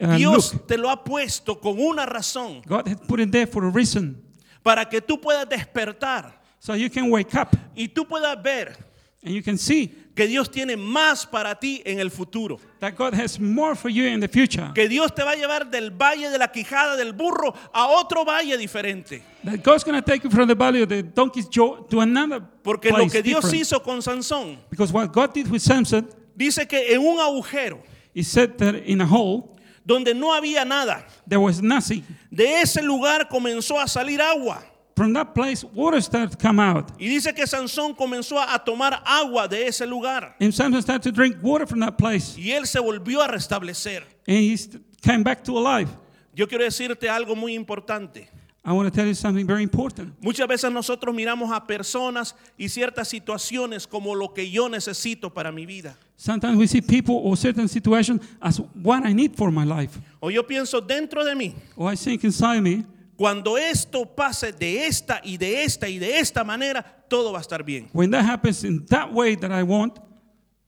uh, Dios look, te lo ha puesto con una razón God had put it there for a reason. para que tú puedas despertar So you can wake up y tú puedas ver and you can see que Dios tiene más para ti en el futuro. that God has more for you in the future. Que Dios te va a llevar del valle de la quijada del burro a otro valle diferente. That God's going to take you from the valley of the donkey's jaw to another Porque lo place que Dios different. hizo con Sansón, Because what God did with Samson, dice que en un agujero He said that in a hole donde no había nada, there was nothing. de ese lugar comenzó a salir agua. From that place, water started to come out. Y dice que Sansón comenzó a tomar agua de ese lugar. And Samson started to drink water from that place. Y él se volvió a restablecer. And he st- came back to alive. Yo quiero decirte algo muy importante. I want to tell you something very important. Muchas veces nosotros miramos a personas y ciertas situaciones como lo que yo necesito para mi vida. Sometimes we see people or certain situations as what I need for my life. O yo pienso dentro de mí, Or I think inside me, cuando esto pase de esta y de esta y de esta manera, todo va a estar bien. when that happens in that way that I want,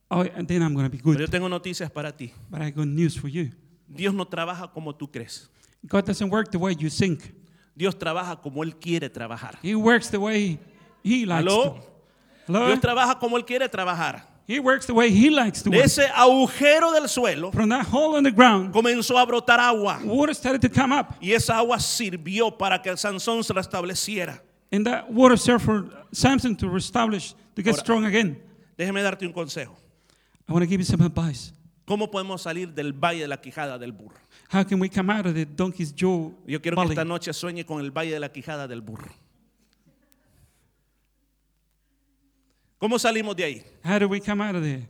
I, and then I'm going to be Pero yo good. tengo noticias para ti. But I got news for you. Dios no trabaja como tú crees. God doesn't work the way you think. Dios trabaja como Él quiere trabajar. He works the way he likes Hello? to. Hello? Dios trabaja como Él quiere trabajar. He works the way he likes to De work. ese agujero del suelo From that hole in the ground, comenzó a brotar agua. water started to come up. Y esa agua sirvió para que Sansón se restableciera. And that water served for Samson to reestablish, to get Ahora- strong again. Déjeme darte un consejo. I want to give you some advice. ¿Cómo podemos salir del valle de la quijada del burro? How can we come out of the donkey's jaw? Yo quiero que valley? esta noche sueñe con el valle de la quijada del burro. ¿Cómo salimos de ahí? How do we come out of there?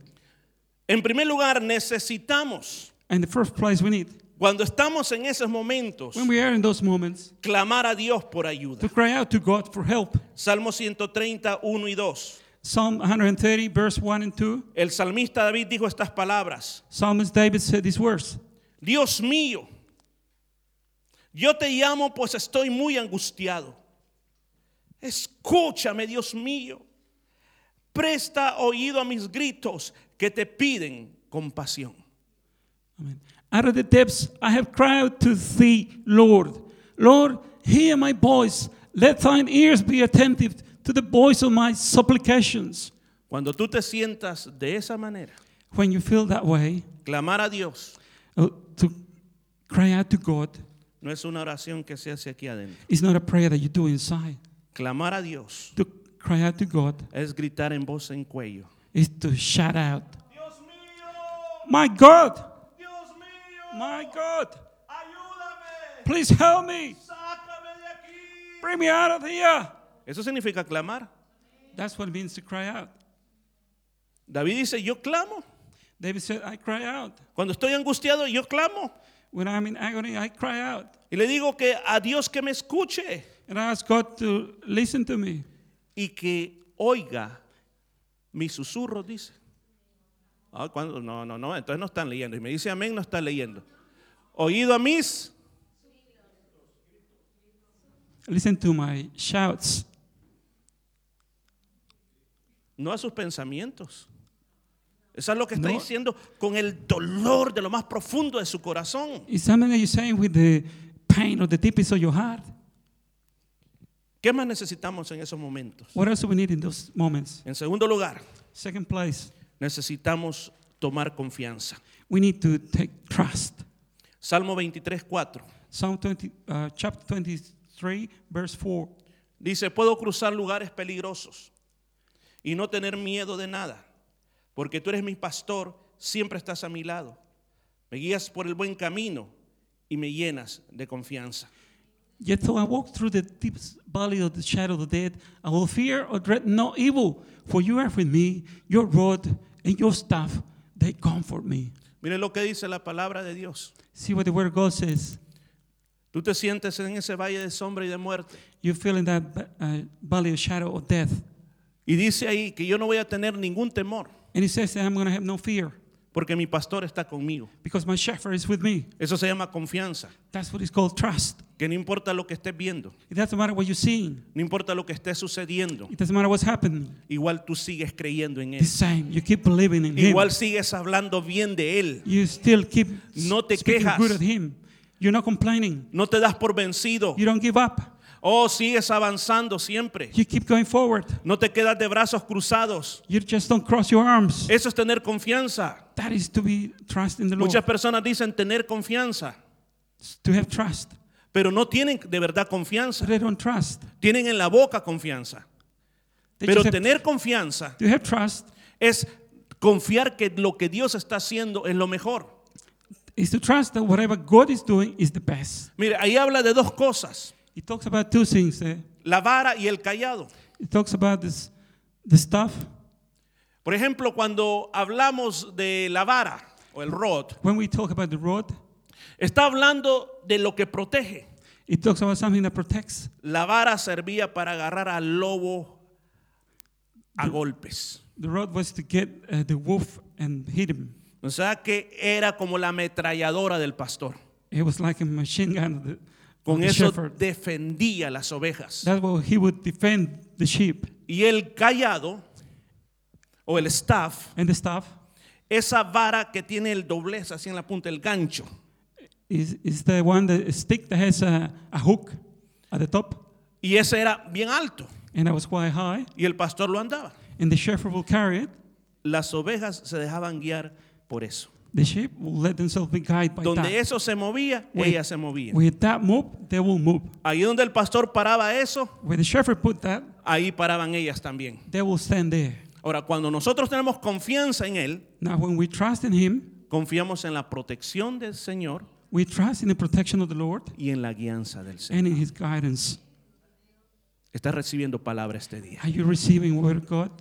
En primer lugar, necesitamos, And the first place we need, cuando estamos en esos momentos, when we are in those moments, clamar a Dios por ayuda. to cry out to God for help. Salmo 130, 1 y 2. Psalm 130, verse 1 and 2. El salmista David dijo estas palabras. Psalmist David said these words Dios mío, yo te llamo pues estoy muy angustiado. Escúchame, Dios mío. Presta oído a mis gritos que te piden compasión. Amen. Out of the depths I have cried to thee, Lord. Lord, hear my voice. Let thine ears be attentive to the voice of my supplications. Cuando tú te sientas de esa manera, When you feel that way, clamar a Dios uh, to cry out to God no es una oración que se hace aquí adentro. is not a prayer that you do inside. Clamar a Dios To cry out to God es gritar en voz en cuello. is to shout out, My God, my God, please help me. Bring me out of here. Eso significa clamar. That's what it means to cry out. David dice, yo clamo. David said, I cry out. Cuando estoy angustiado, yo clamo. When I'm in agony, I cry out. Y le digo que a Dios que me escuche And I ask God to listen to me y que oiga mis susurros, dice. Ah, ¿cuándo? No, no, no, entonces no están leyendo. Y me dice amén, no está leyendo. Oído a mis. Listen to my shouts. no a sus pensamientos. Eso es lo que está No. diciendo con el dolor de lo más profundo de su corazón. It's something that you're saying with the pain of the deepest of your heart. ¿Qué más necesitamos en esos momentos? What else do we need in those moments? En segundo lugar, Second place, necesitamos tomar confianza. we need to take trust. Salmo 23, 4. Psalm 20, uh, chapter 23, verse 4. Dice, puedo cruzar lugares peligrosos y no tener miedo de nada, porque tú eres mi pastor, siempre estás a mi lado. Me guías por el buen camino y me llenas de confianza. Yet though I walk through the deep valley of the shadow of the dead, I will fear or dread no evil, for you are with me, your rod and your staff, they comfort me. Mire lo que dice la palabra de Dios. See what the word of God says. Tú te sientes en ese valle de sombra y de muerte. You feel in that ba- uh, valley of shadow of death. Y dice ahí que yo no voy a tener ningún temor And he says that I'm going to have no fear porque mi pastor está conmigo. because my shepherd is with me. Eso se llama confianza, That's what is called trust. que no importa lo que estés viendo, It doesn't matter what you're seeing. no importa lo que esté sucediendo, It doesn't matter what's happening. igual tú sigues creyendo en The Él. same. You keep believing in him. Igual sigues hablando bien de Él. You still keep No te speaking quejas. good at him. You're not complaining. No te das por vencido. You don't give up. Oh, sigues avanzando siempre. You keep going forward. No te quedas de brazos cruzados. You just don't cross your arms. Eso es tener confianza. That is to be trust in the Lord. Muchas personas dicen tener confianza, To have trust. pero no tienen de verdad confianza. But they don't trust. Tienen en la boca confianza. They Pero just have, tener confianza to have trust es confiar que lo que Dios está haciendo es lo mejor. is to trust that whatever God is doing is the best. Mire, ahí habla de dos cosas, He talks about two things there. la vara y el callado. He talks about this the stuff. Por ejemplo, cuando hablamos de la vara o el rod, When we talk about the rod, está hablando de lo que protege. it talks about something that protects. La vara servía para agarrar al lobo a golpes. The rod was to get uh, the wolf and hit him. O sea que era como la ametralladora del pastor. It was like a machine gun of the, of Con the eso shepherd. defendía las ovejas. That's why he would defend the sheep Y el callado o el staff and the staff. esa vara que tiene el doblez así en la punta, el gancho. Is, is the one that a stick that has a, a hook at the top, Y ese era bien alto and that was quite high, y el pastor lo andaba. and the shepherd will carry it. Las ovejas se dejaban guiar por eso. The sheep will let themselves be guided by Donde that. eso se movía, Wait. ella se movía. With that move, they will move. Ahí donde el pastor paraba eso, Where the shepherd put that, ahí paraban ellas también. they will stand there. Ahora, cuando nosotros tenemos confianza en Él, Now, when we trust in Him, confiamos en la protección del Señor we trust in the protection of the Lord y en la guianza del Señor. and in His guidance. Estás recibiendo palabra este día. Are you receiving word of God?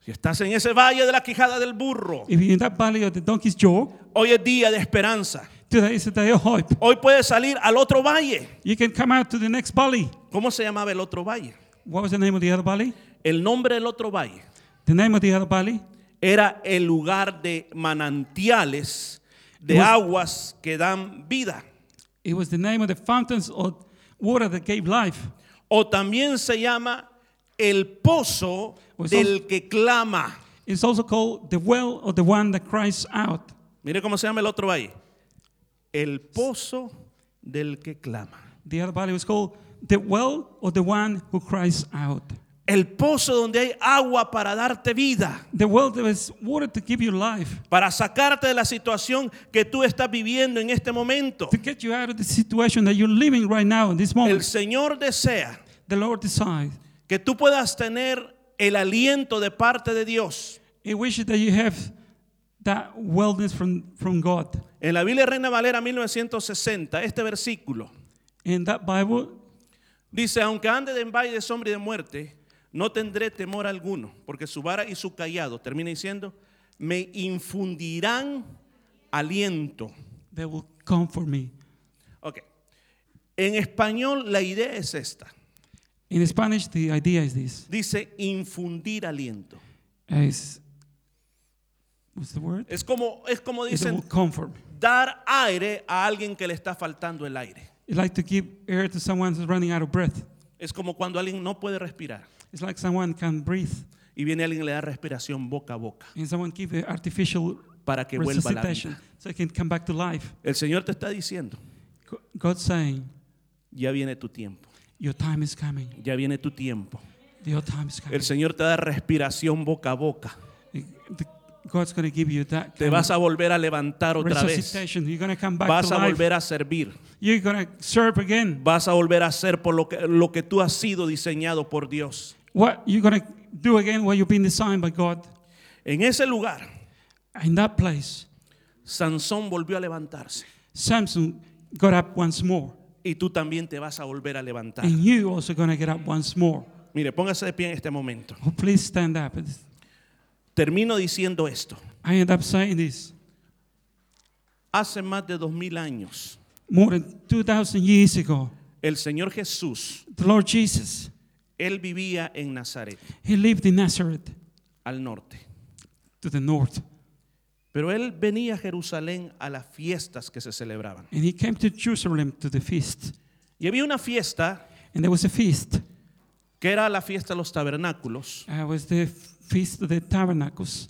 Si estás en ese valle de la quijada del burro, If you're in that valley of the donkey's jaw, hoy es día de esperanza. today is a day of hope. Hoy puedes salir al otro valle. You can come out to the next valley. ¿Cómo se llamaba el otro valle? What was the name of the other valley? El nombre del otro valle The name of the other valley era el lugar de manantiales de Was- aguas que dan vida. It was the name of the fountains of water that gave life. O también se llama el pozo Was del que clama. It's also called the well of the one that cries out. Mire cómo se llama el otro valle. El pozo del que clama. The other valley was called the well of the one who cries out. El pozo donde hay agua para darte vida, The well that was water to give you life, para sacarte de la situación que tú estás viviendo en este momento. to get you out of the situation that you're living right now in this El moment. Señor desea the Lord decides. que tú puedas tener el aliento de parte de Dios. He wishes that you have that wellness from, from God. En la Biblia Reina Valera 1960, este versículo In that Bible, dice, aunque ande en valle de sombra y de muerte, no tendré temor alguno, porque su vara y su callado, termina diciendo, me infundirán aliento. they will comfort me. Ok. En español la idea es esta. In Spanish, the idea is this. Dice infundir aliento. Es, what's the word? Es como, es como It's the dicen, word comfort. dar aire a alguien que le está faltando el aire. It's like to give air to someone who's running out of breath. Es como cuando alguien no puede respirar It's like someone can breathe y viene alguien y le da respiración boca a boca and someone give a artificial para que vuelva a la resuscitation vida. so it can come back to life. El Señor te está diciendo, Go- God's saying, ya viene tu tiempo, Your time is coming. ya viene tu tiempo. Your time is coming. El Señor te da respiración boca a boca. The- God's going to give you that Te kind vas a volver a levantar of otra vez. resuscitation. You're going to come back Vas to a life. volver a servir. You're going to serve again. Vas a volver a hacer por lo que, lo que tú has sido diseñado por Dios. What you're going to do again what you've been designed by God. En ese lugar, In that place, Sansón volvió a levantarse. Samson got up once more. Y tú también te vas a volver a levantar. And you also going to get up once more. Mire, póngase de pie en este momento. Oh, please stand up. Termino diciendo esto. I end up saying this. Hace más de dos mil años, More than 2,000 years ago, el Señor Jesús, the Lord Jesus, Él vivía en Nazaret, he lived in Nazareth al norte. to the north. Pero Él venía a Jerusalén a las fiestas que se celebraban. And he came to Jerusalem to the feast. Y había una fiesta And there was a feast. que era la fiesta de los tabernáculos. Uh, was the feast of the tabernacles.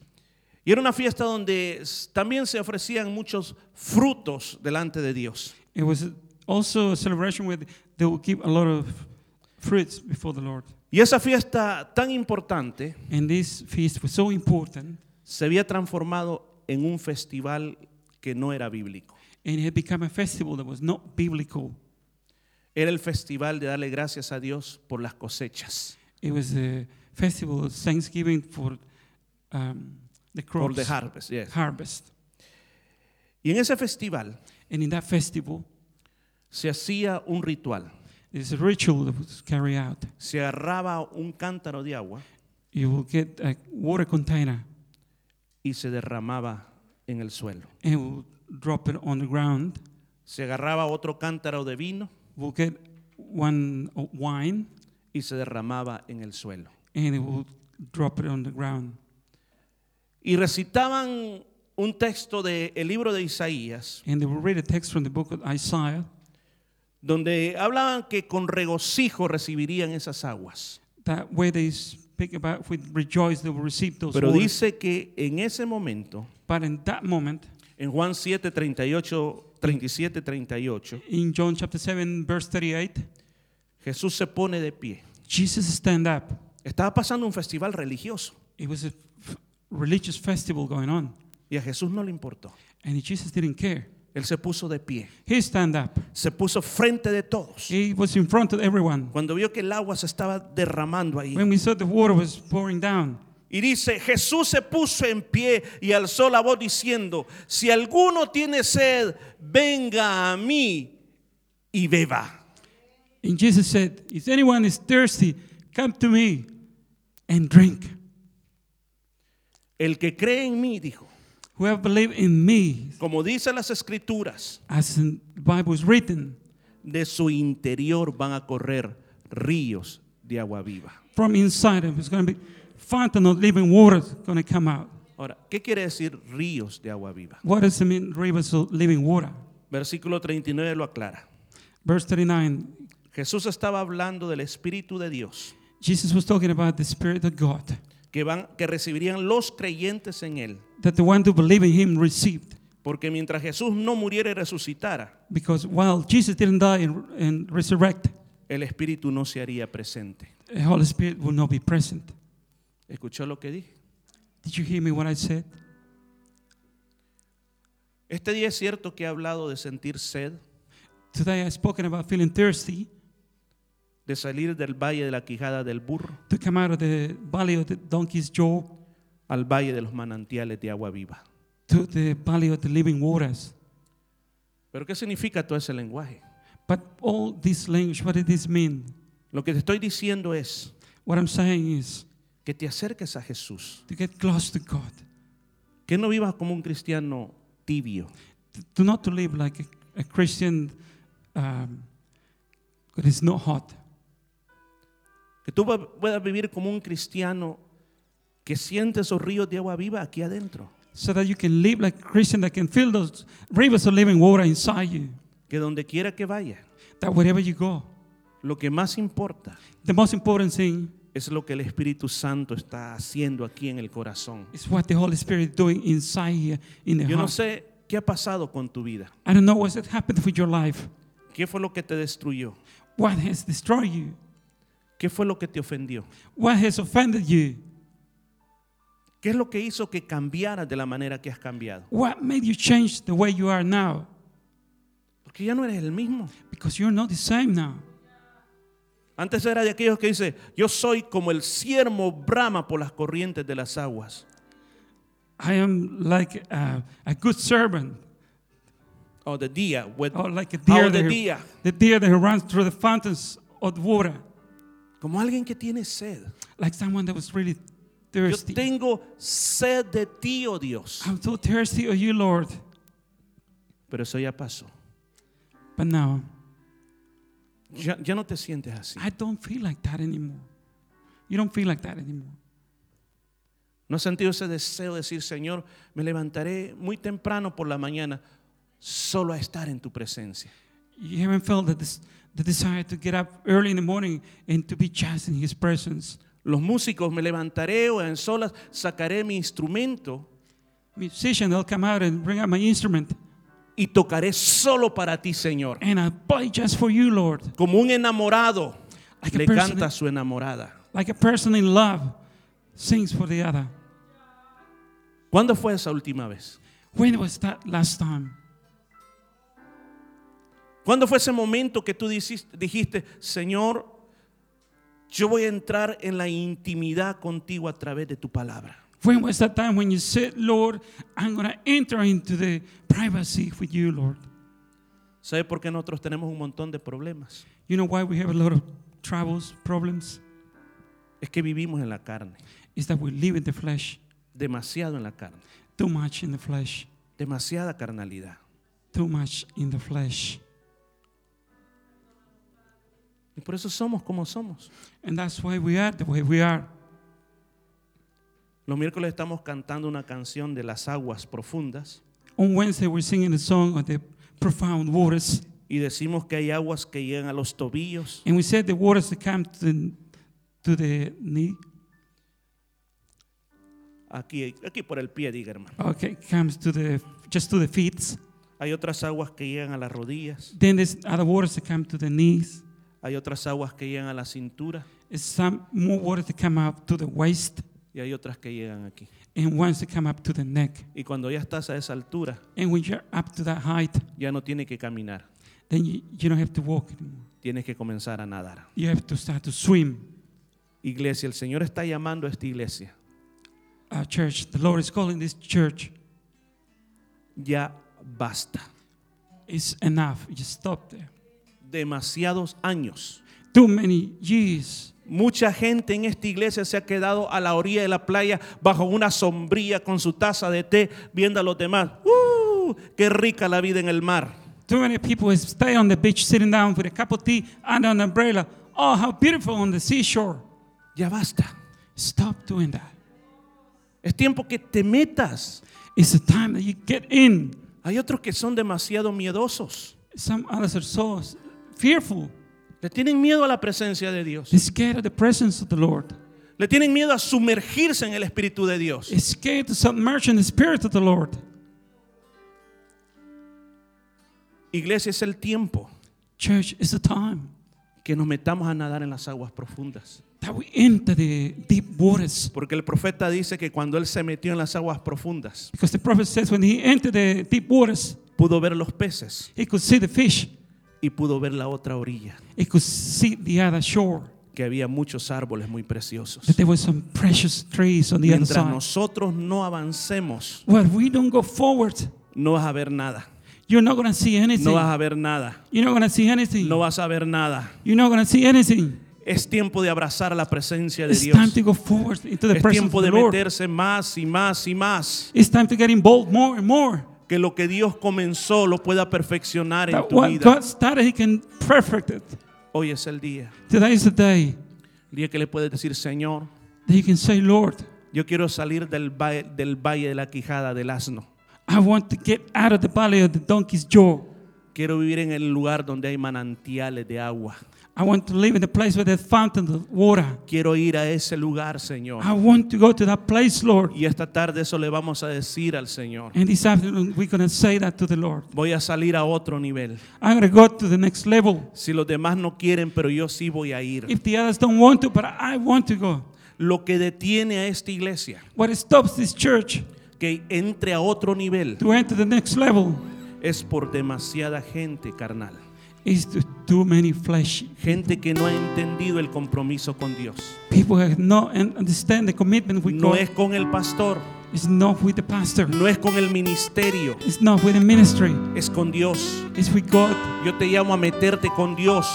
Y era una fiesta donde s- también se ofrecían muchos frutos delante de Dios. It was also a celebration where they would give a lot of fruits before the Lord. Y esa fiesta tan importante And this feast was so important, se había transformado en un festival que no era bíblico. and it had become a festival that was not biblical. Era el festival de darle gracias a Dios por las cosechas, It was a festival of thanksgiving for um, the por crops, the harvest. yes. harvest. Y en ese festival And in that festival, se hacía un ritual. there's a ritual that was carried out. Se agarraba un cántaro de agua You will get a water container y se derramaba en el suelo. and will drop it on the ground. Se agarraba otro cántaro de vino We'll get one of wine y se derramaba en el suelo. and it will drop it on the ground. Y recitaban un texto del libro de Isaías, And they will read a text from the book of Isaiah donde hablaban que con regocijo recibirían esas aguas. that where they speak about with rejoice they will receive those Pero waters. dice que en ese momento, But in that moment, en Juan 7, 38, 37, 38, in John chapter 7, verse 38, Jesús se pone de pie. Jesus stand up. Estaba pasando un festival religioso It was a f- religious festival going on, y a Jesús no le importó. and Jesus didn't care. Él se puso de pie, He stand up. se puso frente de todos. He was in front of everyone. Cuando vio que el agua se estaba derramando ahí. When we saw the water was pouring down, Y dice, Jesús se puso en pie y alzó la voz diciendo, si alguno tiene sed, venga a mí y beba. and Jesus said, "If anyone is thirsty, come to me and drink. El que cree en mí, dijo, Whoever believes in me, como dicen las escrituras, as in the Bible is written, de su interior van a correr ríos de agua viva. from inside him is going to be fountain of living water going to come out. Ahora, ¿qué quiere decir ríos de agua viva? What does it mean, rivers of living water? Versículo 39 lo aclara. Verse 39, Jesús estaba hablando del Espíritu de Dios Jesus was talking about the Spirit of God, que, van, que recibirían los creyentes en Él. that the one who believe in him received. Porque mientras Jesús no muriera y resucitara, Because while Jesus didn't die and, and resurrect, el Espíritu no se haría presente. the Holy Spirit will not be present. ¿Escuchó lo que dije? Did you hear me what I said? Este día es cierto que he hablado de sentir sed, Today I've spoken about feeling thirsty de salir del valle de la quijada del burro to come out of the valley of the donkey's jaw al valle de los manantiales de agua viva. to the valley of the living waters. Pero ¿qué significa todo ese lenguaje? But all this language, what does this mean? Lo que te estoy diciendo es What I'm saying is, que te acerques a Jesús, to get close to God, que no vivas como un cristiano tibio, to, to not to live like a, a Christian um, that is not hot, Que tú va- puedas vivir como un cristiano que siente esos ríos de agua viva aquí adentro. so that you can live like a Christian that can feel those rivers of living water inside you. Que donde quiera que vaya, That wherever you go, lo que más importa the most important thing es lo que el Espíritu Santo está haciendo aquí en el corazón. is what the Holy Spirit doing inside here in the Yo no heart. sé qué ha pasado con tu vida. I don't know what's that happened with your life. ¿Qué fue lo que te destruyó? What has destroyed you? ¿Qué fue lo que te ofendió? What has offended you? ¿Qué es lo que hizo que cambiaras de la manera que has cambiado? What made you change the way you are now? Porque ya no eres el mismo. Because you're not the same now. Antes era de aquellos que dice, yo soy como el ciervo brama por las corrientes de las aguas. I am like a, a good servant, O de día. with- or Oh, like a o deer, de that, día. the deer that runs through the fountains of water, Como alguien que tiene sed. like someone that was really Yo thirsty. tengo sed de ti, oh Dios. I'm so thirsty of you, Lord. Pero eso ya pasó. But now, Ya, ya no te sientes así. I don't feel like that anymore. You don't feel like that anymore. No has sentido ese deseo de decir, Señor, me levantaré muy temprano por la mañana solo a estar en tu presencia. You haven't felt the, des- the desire to get up early in the morning and to be just in His presence. Los músicos me levantaré o en solas sacaré mi instrumento Musician, I'll come out and bring out my instrument y tocaré solo para ti, Señor. and I'll play just for you, Lord. Como un enamorado Like a le person- canta a su enamorada. Like a person in love sings for the other. ¿Cuándo fue esa última vez? When was that last time? ¿Cuándo fue ese momento que tú dicis- dijiste, Señor, yo voy a entrar en la intimidad contigo a través de tu palabra? When was that time when you said, Lord, I'm going to enter into the privacy with you, Lord? ¿Sabe por qué nosotros tenemos un montón de problemas? You know why we have a lot of troubles, problems? Es que vivimos en la carne, Is that we live in the flesh, demasiado en la carne, too much in the flesh, demasiada carnalidad. too much in the flesh. Y por eso somos como somos. And that's why we are the way we are. Los miércoles estamos cantando una canción de las aguas profundas On Wednesday, we're singing a song on the profound waters. y decimos que hay aguas que llegan a los tobillos, And we said the waters that come to the, to the knee, aquí, aquí por el pie, diga hermano. okay, comes to the, just to the feet. Hay otras aguas que llegan a las rodillas, Then there's other waters that come to the knees. hay otras aguas que llegan a la cintura It's some more waters that come up to the waist y hay otras que llegan aquí. and ones that come up to the neck. Y cuando ya estás a esa altura, And when you're up to that height, ya no tienes que caminar, then you, you don't have to walk anymore. tienes que comenzar a nadar. You have to start to swim. Iglesia, el Señor está llamando a esta iglesia Our uh, church, the Lord is calling this church. ya basta. It's enough. You stop there. Demasiados años. Too many years. Mucha gente en esta iglesia se ha quedado a la orilla de la playa bajo una sombrilla con su taza de té viendo a los demás. ¡Uh! ¡Qué rica la vida en el mar! Too many people stay on the beach sitting down with a cup of tea under an umbrella. Oh, how beautiful on the seashore. Ya basta. Stop doing that. Es tiempo que te metas. It's the time that you get in. Hay otros que son demasiado miedosos. Some others are so fearful. Le tienen miedo a la presencia de Dios. They're scared of the presence of the Lord. Le tienen miedo a sumergirse en el Espíritu de Dios. They're scared to submerge in the spirit of the Lord. Iglesia, es el tiempo Church, it's the time que nos metamos a nadar en las aguas profundas. that we enter the deep waters. Porque el profeta dice que cuando él se metió en las aguas profundas, Because the prophet says when he entered the deep waters, pudo ver los peces he could see the fish. y pudo ver la otra orilla, He could see the other shore. que había muchos árboles muy preciosos. That there were some precious trees on the other Mientras side. nosotros no avancemos, Well, we don't go forward. no vas a ver nada. You're not going to see anything. No vas a ver nada. You're not going to see anything. No vas a ver nada. You're not going to see anything. Es tiempo de abrazar la presencia de It's time Dios. to go forward into the Es presence tiempo of the de Lord. meterse más y más y más. It's time to get involved more and more. Que lo que Dios comenzó lo pueda perfeccionar en That tu what vida. God started, He can perfect it. Hoy es el día. Today is the day. El día que le puedes decir, Señor, that you can say, Lord, yo quiero salir del, va- del valle de la quijada del asno. I want to get out of the valley of the donkey's jaw. Quiero vivir en el lugar donde hay manantiales de agua. I want to live in the place where there's fountain of water. Quiero ir a ese lugar, Señor. I want to go to that place, Lord. Y esta tarde eso le vamos a decir al Señor. And this afternoon, we're going to say that to the Lord. Voy a salir a otro nivel. I'm going to go to the next level. Si los demás no quieren, pero yo sí voy a ir. If the others don't want to, but I want to go. Lo que detiene a esta iglesia What stops this church que entre a otro nivel to enter the next level es por demasiada gente carnal. is to too many flesh. Gente que no ha entendido el compromiso con Dios. People have not un- understand the commitment with No God. es con el pastor, It's not with the pastor. no es con el ministerio, It's not with the ministry. es con Dios. It's with God. Yo te llamo a meterte con Dios.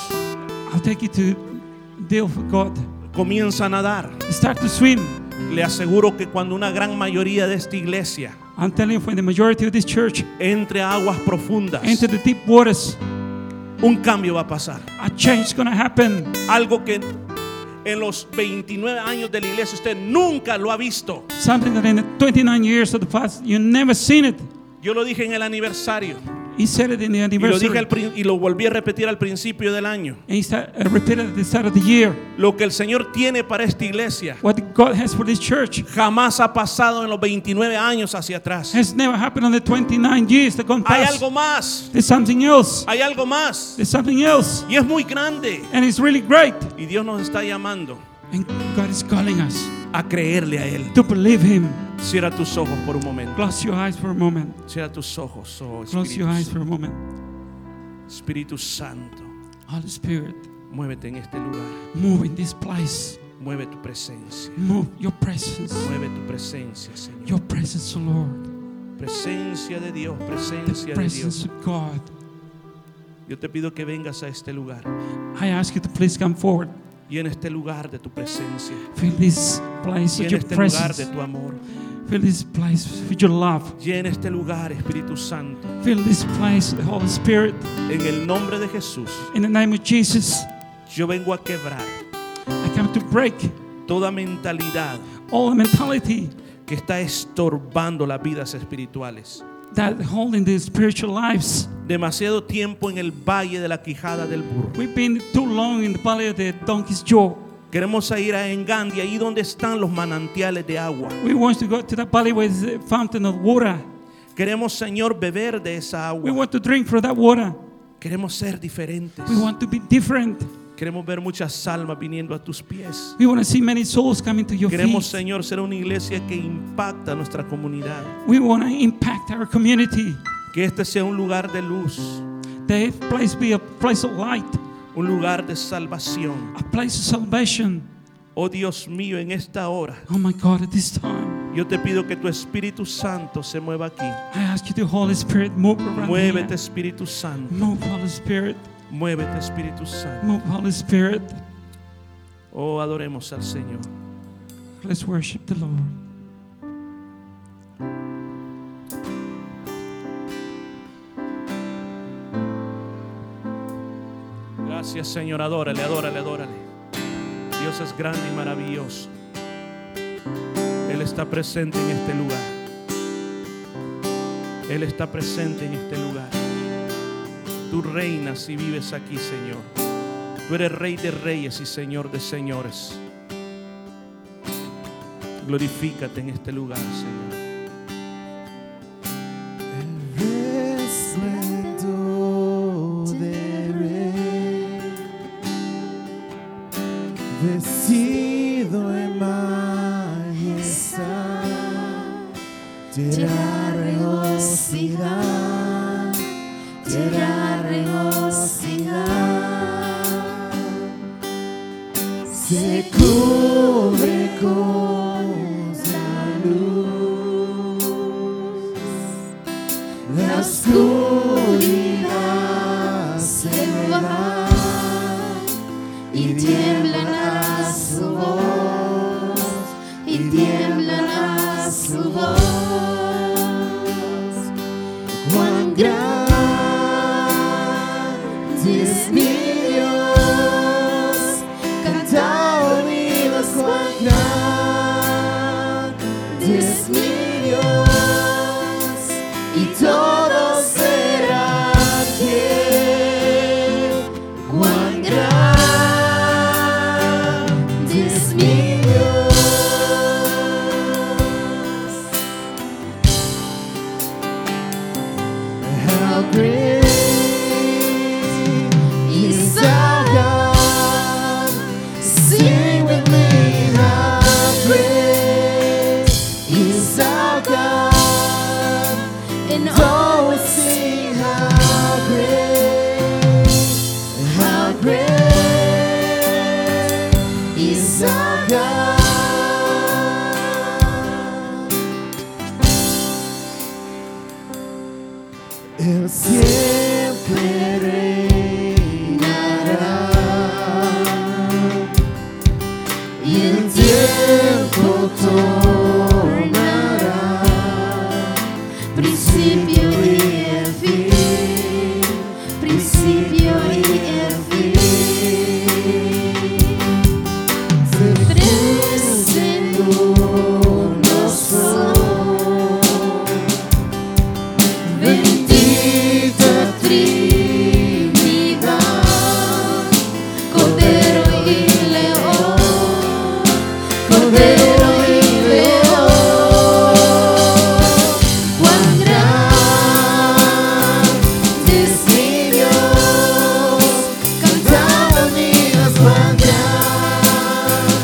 I'll take you to deal with God. Comienza a nadar. Start to swim. Le aseguro que cuando una gran mayoría de esta iglesia I'm telling you, when the majority of this church entre a aguas profundas, enter the deep waters, un cambio va a pasar. a change is going to happen. Algo que en los 29 años de la iglesia usted nunca lo ha visto. Something that in the 29 years of the past, you never seen it. Yo lo dije en el aniversario He said it in the y lo, anniversary. dije al prin- y lo volví a repetir al principio del año. and he said, uh, repeated at the start of the year. Lo que el Señor tiene para esta iglesia What God has for this church jamás ha pasado en los 29 años hacia atrás. has never happened on the 29 years that gone Hay past. algo más, There's something else. hay algo más There's something else. y es muy grande. And it's really great. Y Dios nos está llamando And God is calling us a creerle a Él. to believe Him. Cierra tus ojos por un momento. Close your eyes for a moment. Cierra tus ojos, oh Close your Espíritu, eyes for a moment. Espíritu Santo. Holy Spirit, Muévete en este lugar. move in this place. Mueve tu presencia. Move your presence. Mueve tu presencia, Señor. Your presence, O Lord. Presencia de Dios, The presencia de Dios. presence of God. Yo te pido que vengas a este lugar. I ask you to please come forward. Y en este lugar de tu presencia. Fill this place Y with en your este lugar de presence. tu amor. Fill this place with your love. Y en este lugar, Espíritu Santo. Fill this place with the Holy Spirit. En el nombre de Jesús, In the name of Jesus, yo vengo a quebrar I come to break toda mentalidad all the mentality que está estorbando las vidas espirituales. that holding the spiritual lives. Demasiado tiempo en el valle de la quijada del burro. We've been too long in the valley of the donkey's jaw. Queremos ir a Engandia, ahí donde están los manantiales de agua. We want to go to that valley with the fountain of water. Queremos, Señor, beber de esa We agua. want to drink from that water. Queremos ser diferentes. We want to be different. Queremos ver muchas almas viniendo a tus pies. We want to see many souls coming to your Queremos, feet. Señor, ser una iglesia que impacta nuestra comunidad. We want to impact our community. Que este sea un lugar de luz, That this place be a place of light, un lugar de salvación. a place of salvation. Oh Dios mío, en esta hora, Oh my God, at this time, yo te pido que tu Espíritu Santo se mueva aquí. I ask you, the Holy Spirit, move around Muévete, here. Espíritu Santo. Move, Holy Spirit. Muévete, Espíritu Santo. Move, Holy Spirit. Oh, adoremos al Señor. Let's worship the Lord. Gracias, Señor. Adórale, adórale, adórale. Dios es grande y maravilloso. Él está presente en este lugar. Él está presente en este lugar. Tú reinas y vives aquí, Señor. Tú eres Rey de Reyes y Señor de Señores. Glorifícate en este lugar, Señor. Eres lento de ver, Decido en majestad, tierra regocijada, tierra regocijada, se cubre con salud la oscuridad se va y tiemblan a su voz, y tiemblan a su voz. Cuán grande es mi Dios, cantado mi siempre reinará y el tiempo tornará Principio y el fin, principio y el fin. Tres en uno son, bendita Trinidad, Cordero y León, Cordero y León. Cuán grande es mi Dios, cantaba mías, cuán grande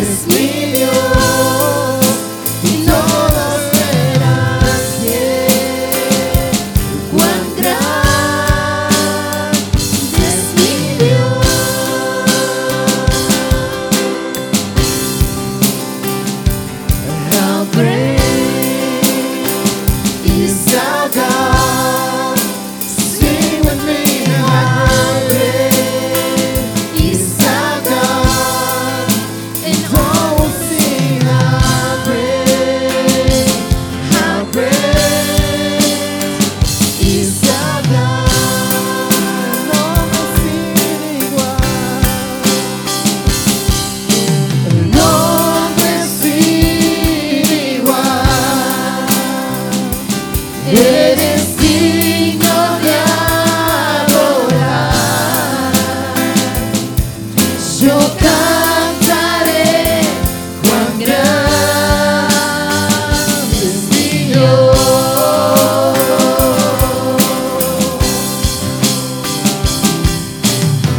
es mi Dios, y todas serán bien. Cuán grande es mi Dios, how great. Is our God? Sing with me, how great is our God? And all will sing, how great, how great is our God? And all will sing igual. And all will sing igual. Eres digno de adorar. Yo cantaré cuán grande es mi Dios.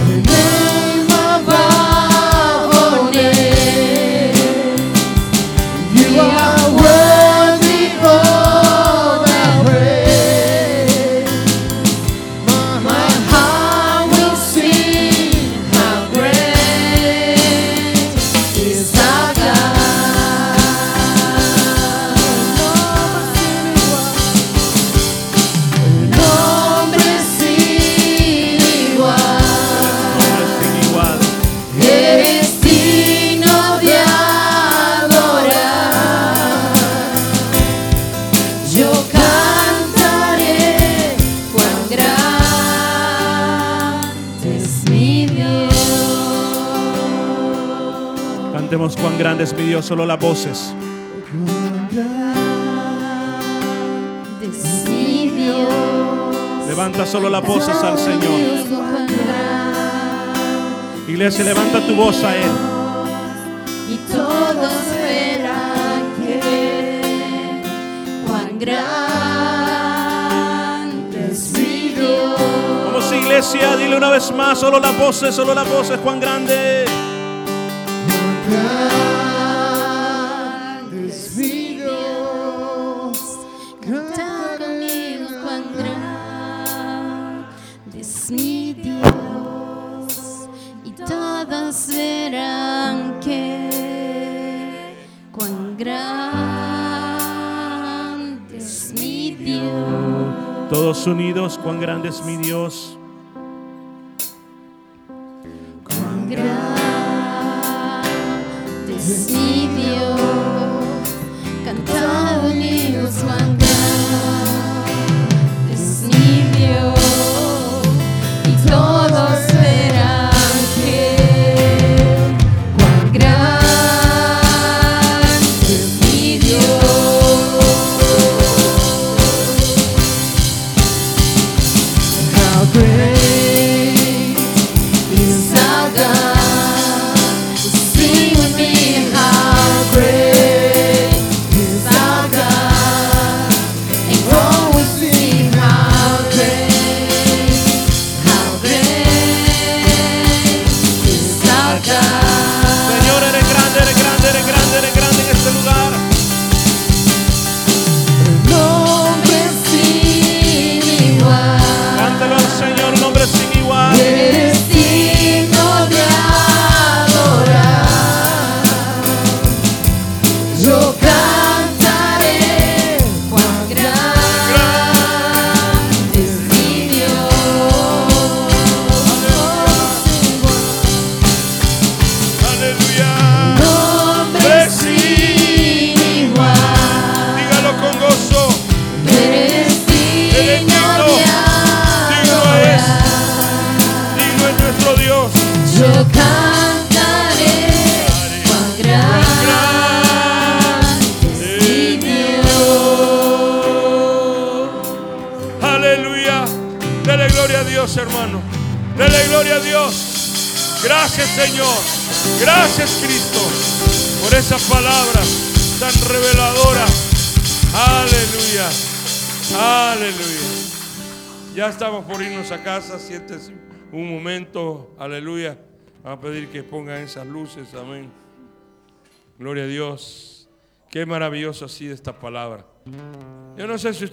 El alma va a poner you are worthy of our praise. My heart will sing how great is our God. Nombre sin igual. sin igual. Eres digno de adorar. Yo cantaré cuán grande es mi Dios. Cantemos cuán grande es mi Dios, solo las voces. Es mi Dios. Levanta solo las voces al Señor. Dios, cuán grande Iglesia, levanta tu voz a Él. y todos verán que cuán grande es mi Dios. Vamos iglesia, dile una vez más, solo las voces, solo las voces, cuán grande. Grande es mi Dios. Canta conmigo cuán grande es mi Dios y todos verán que cuán grande es mi Dios. Todos unidos, cuán grande es mi Dios. Cuán grande es mi Dios, cantad unidos, cuán grande es mi Dios, y todos verán que cuán grande es mi Dios. How great este Dios, hermano. Dele gloria a Dios. Gracias, Señor. Gracias, Cristo, por esas palabras tan reveladoras. Aleluya. Aleluya. Ya estamos por irnos a casa. Siéntese un momento. Aleluya. Vamos a pedir que pongan esas luces. Amén. Gloria a Dios. Qué maravilloso ha sido esta palabra. Yo no sé si usted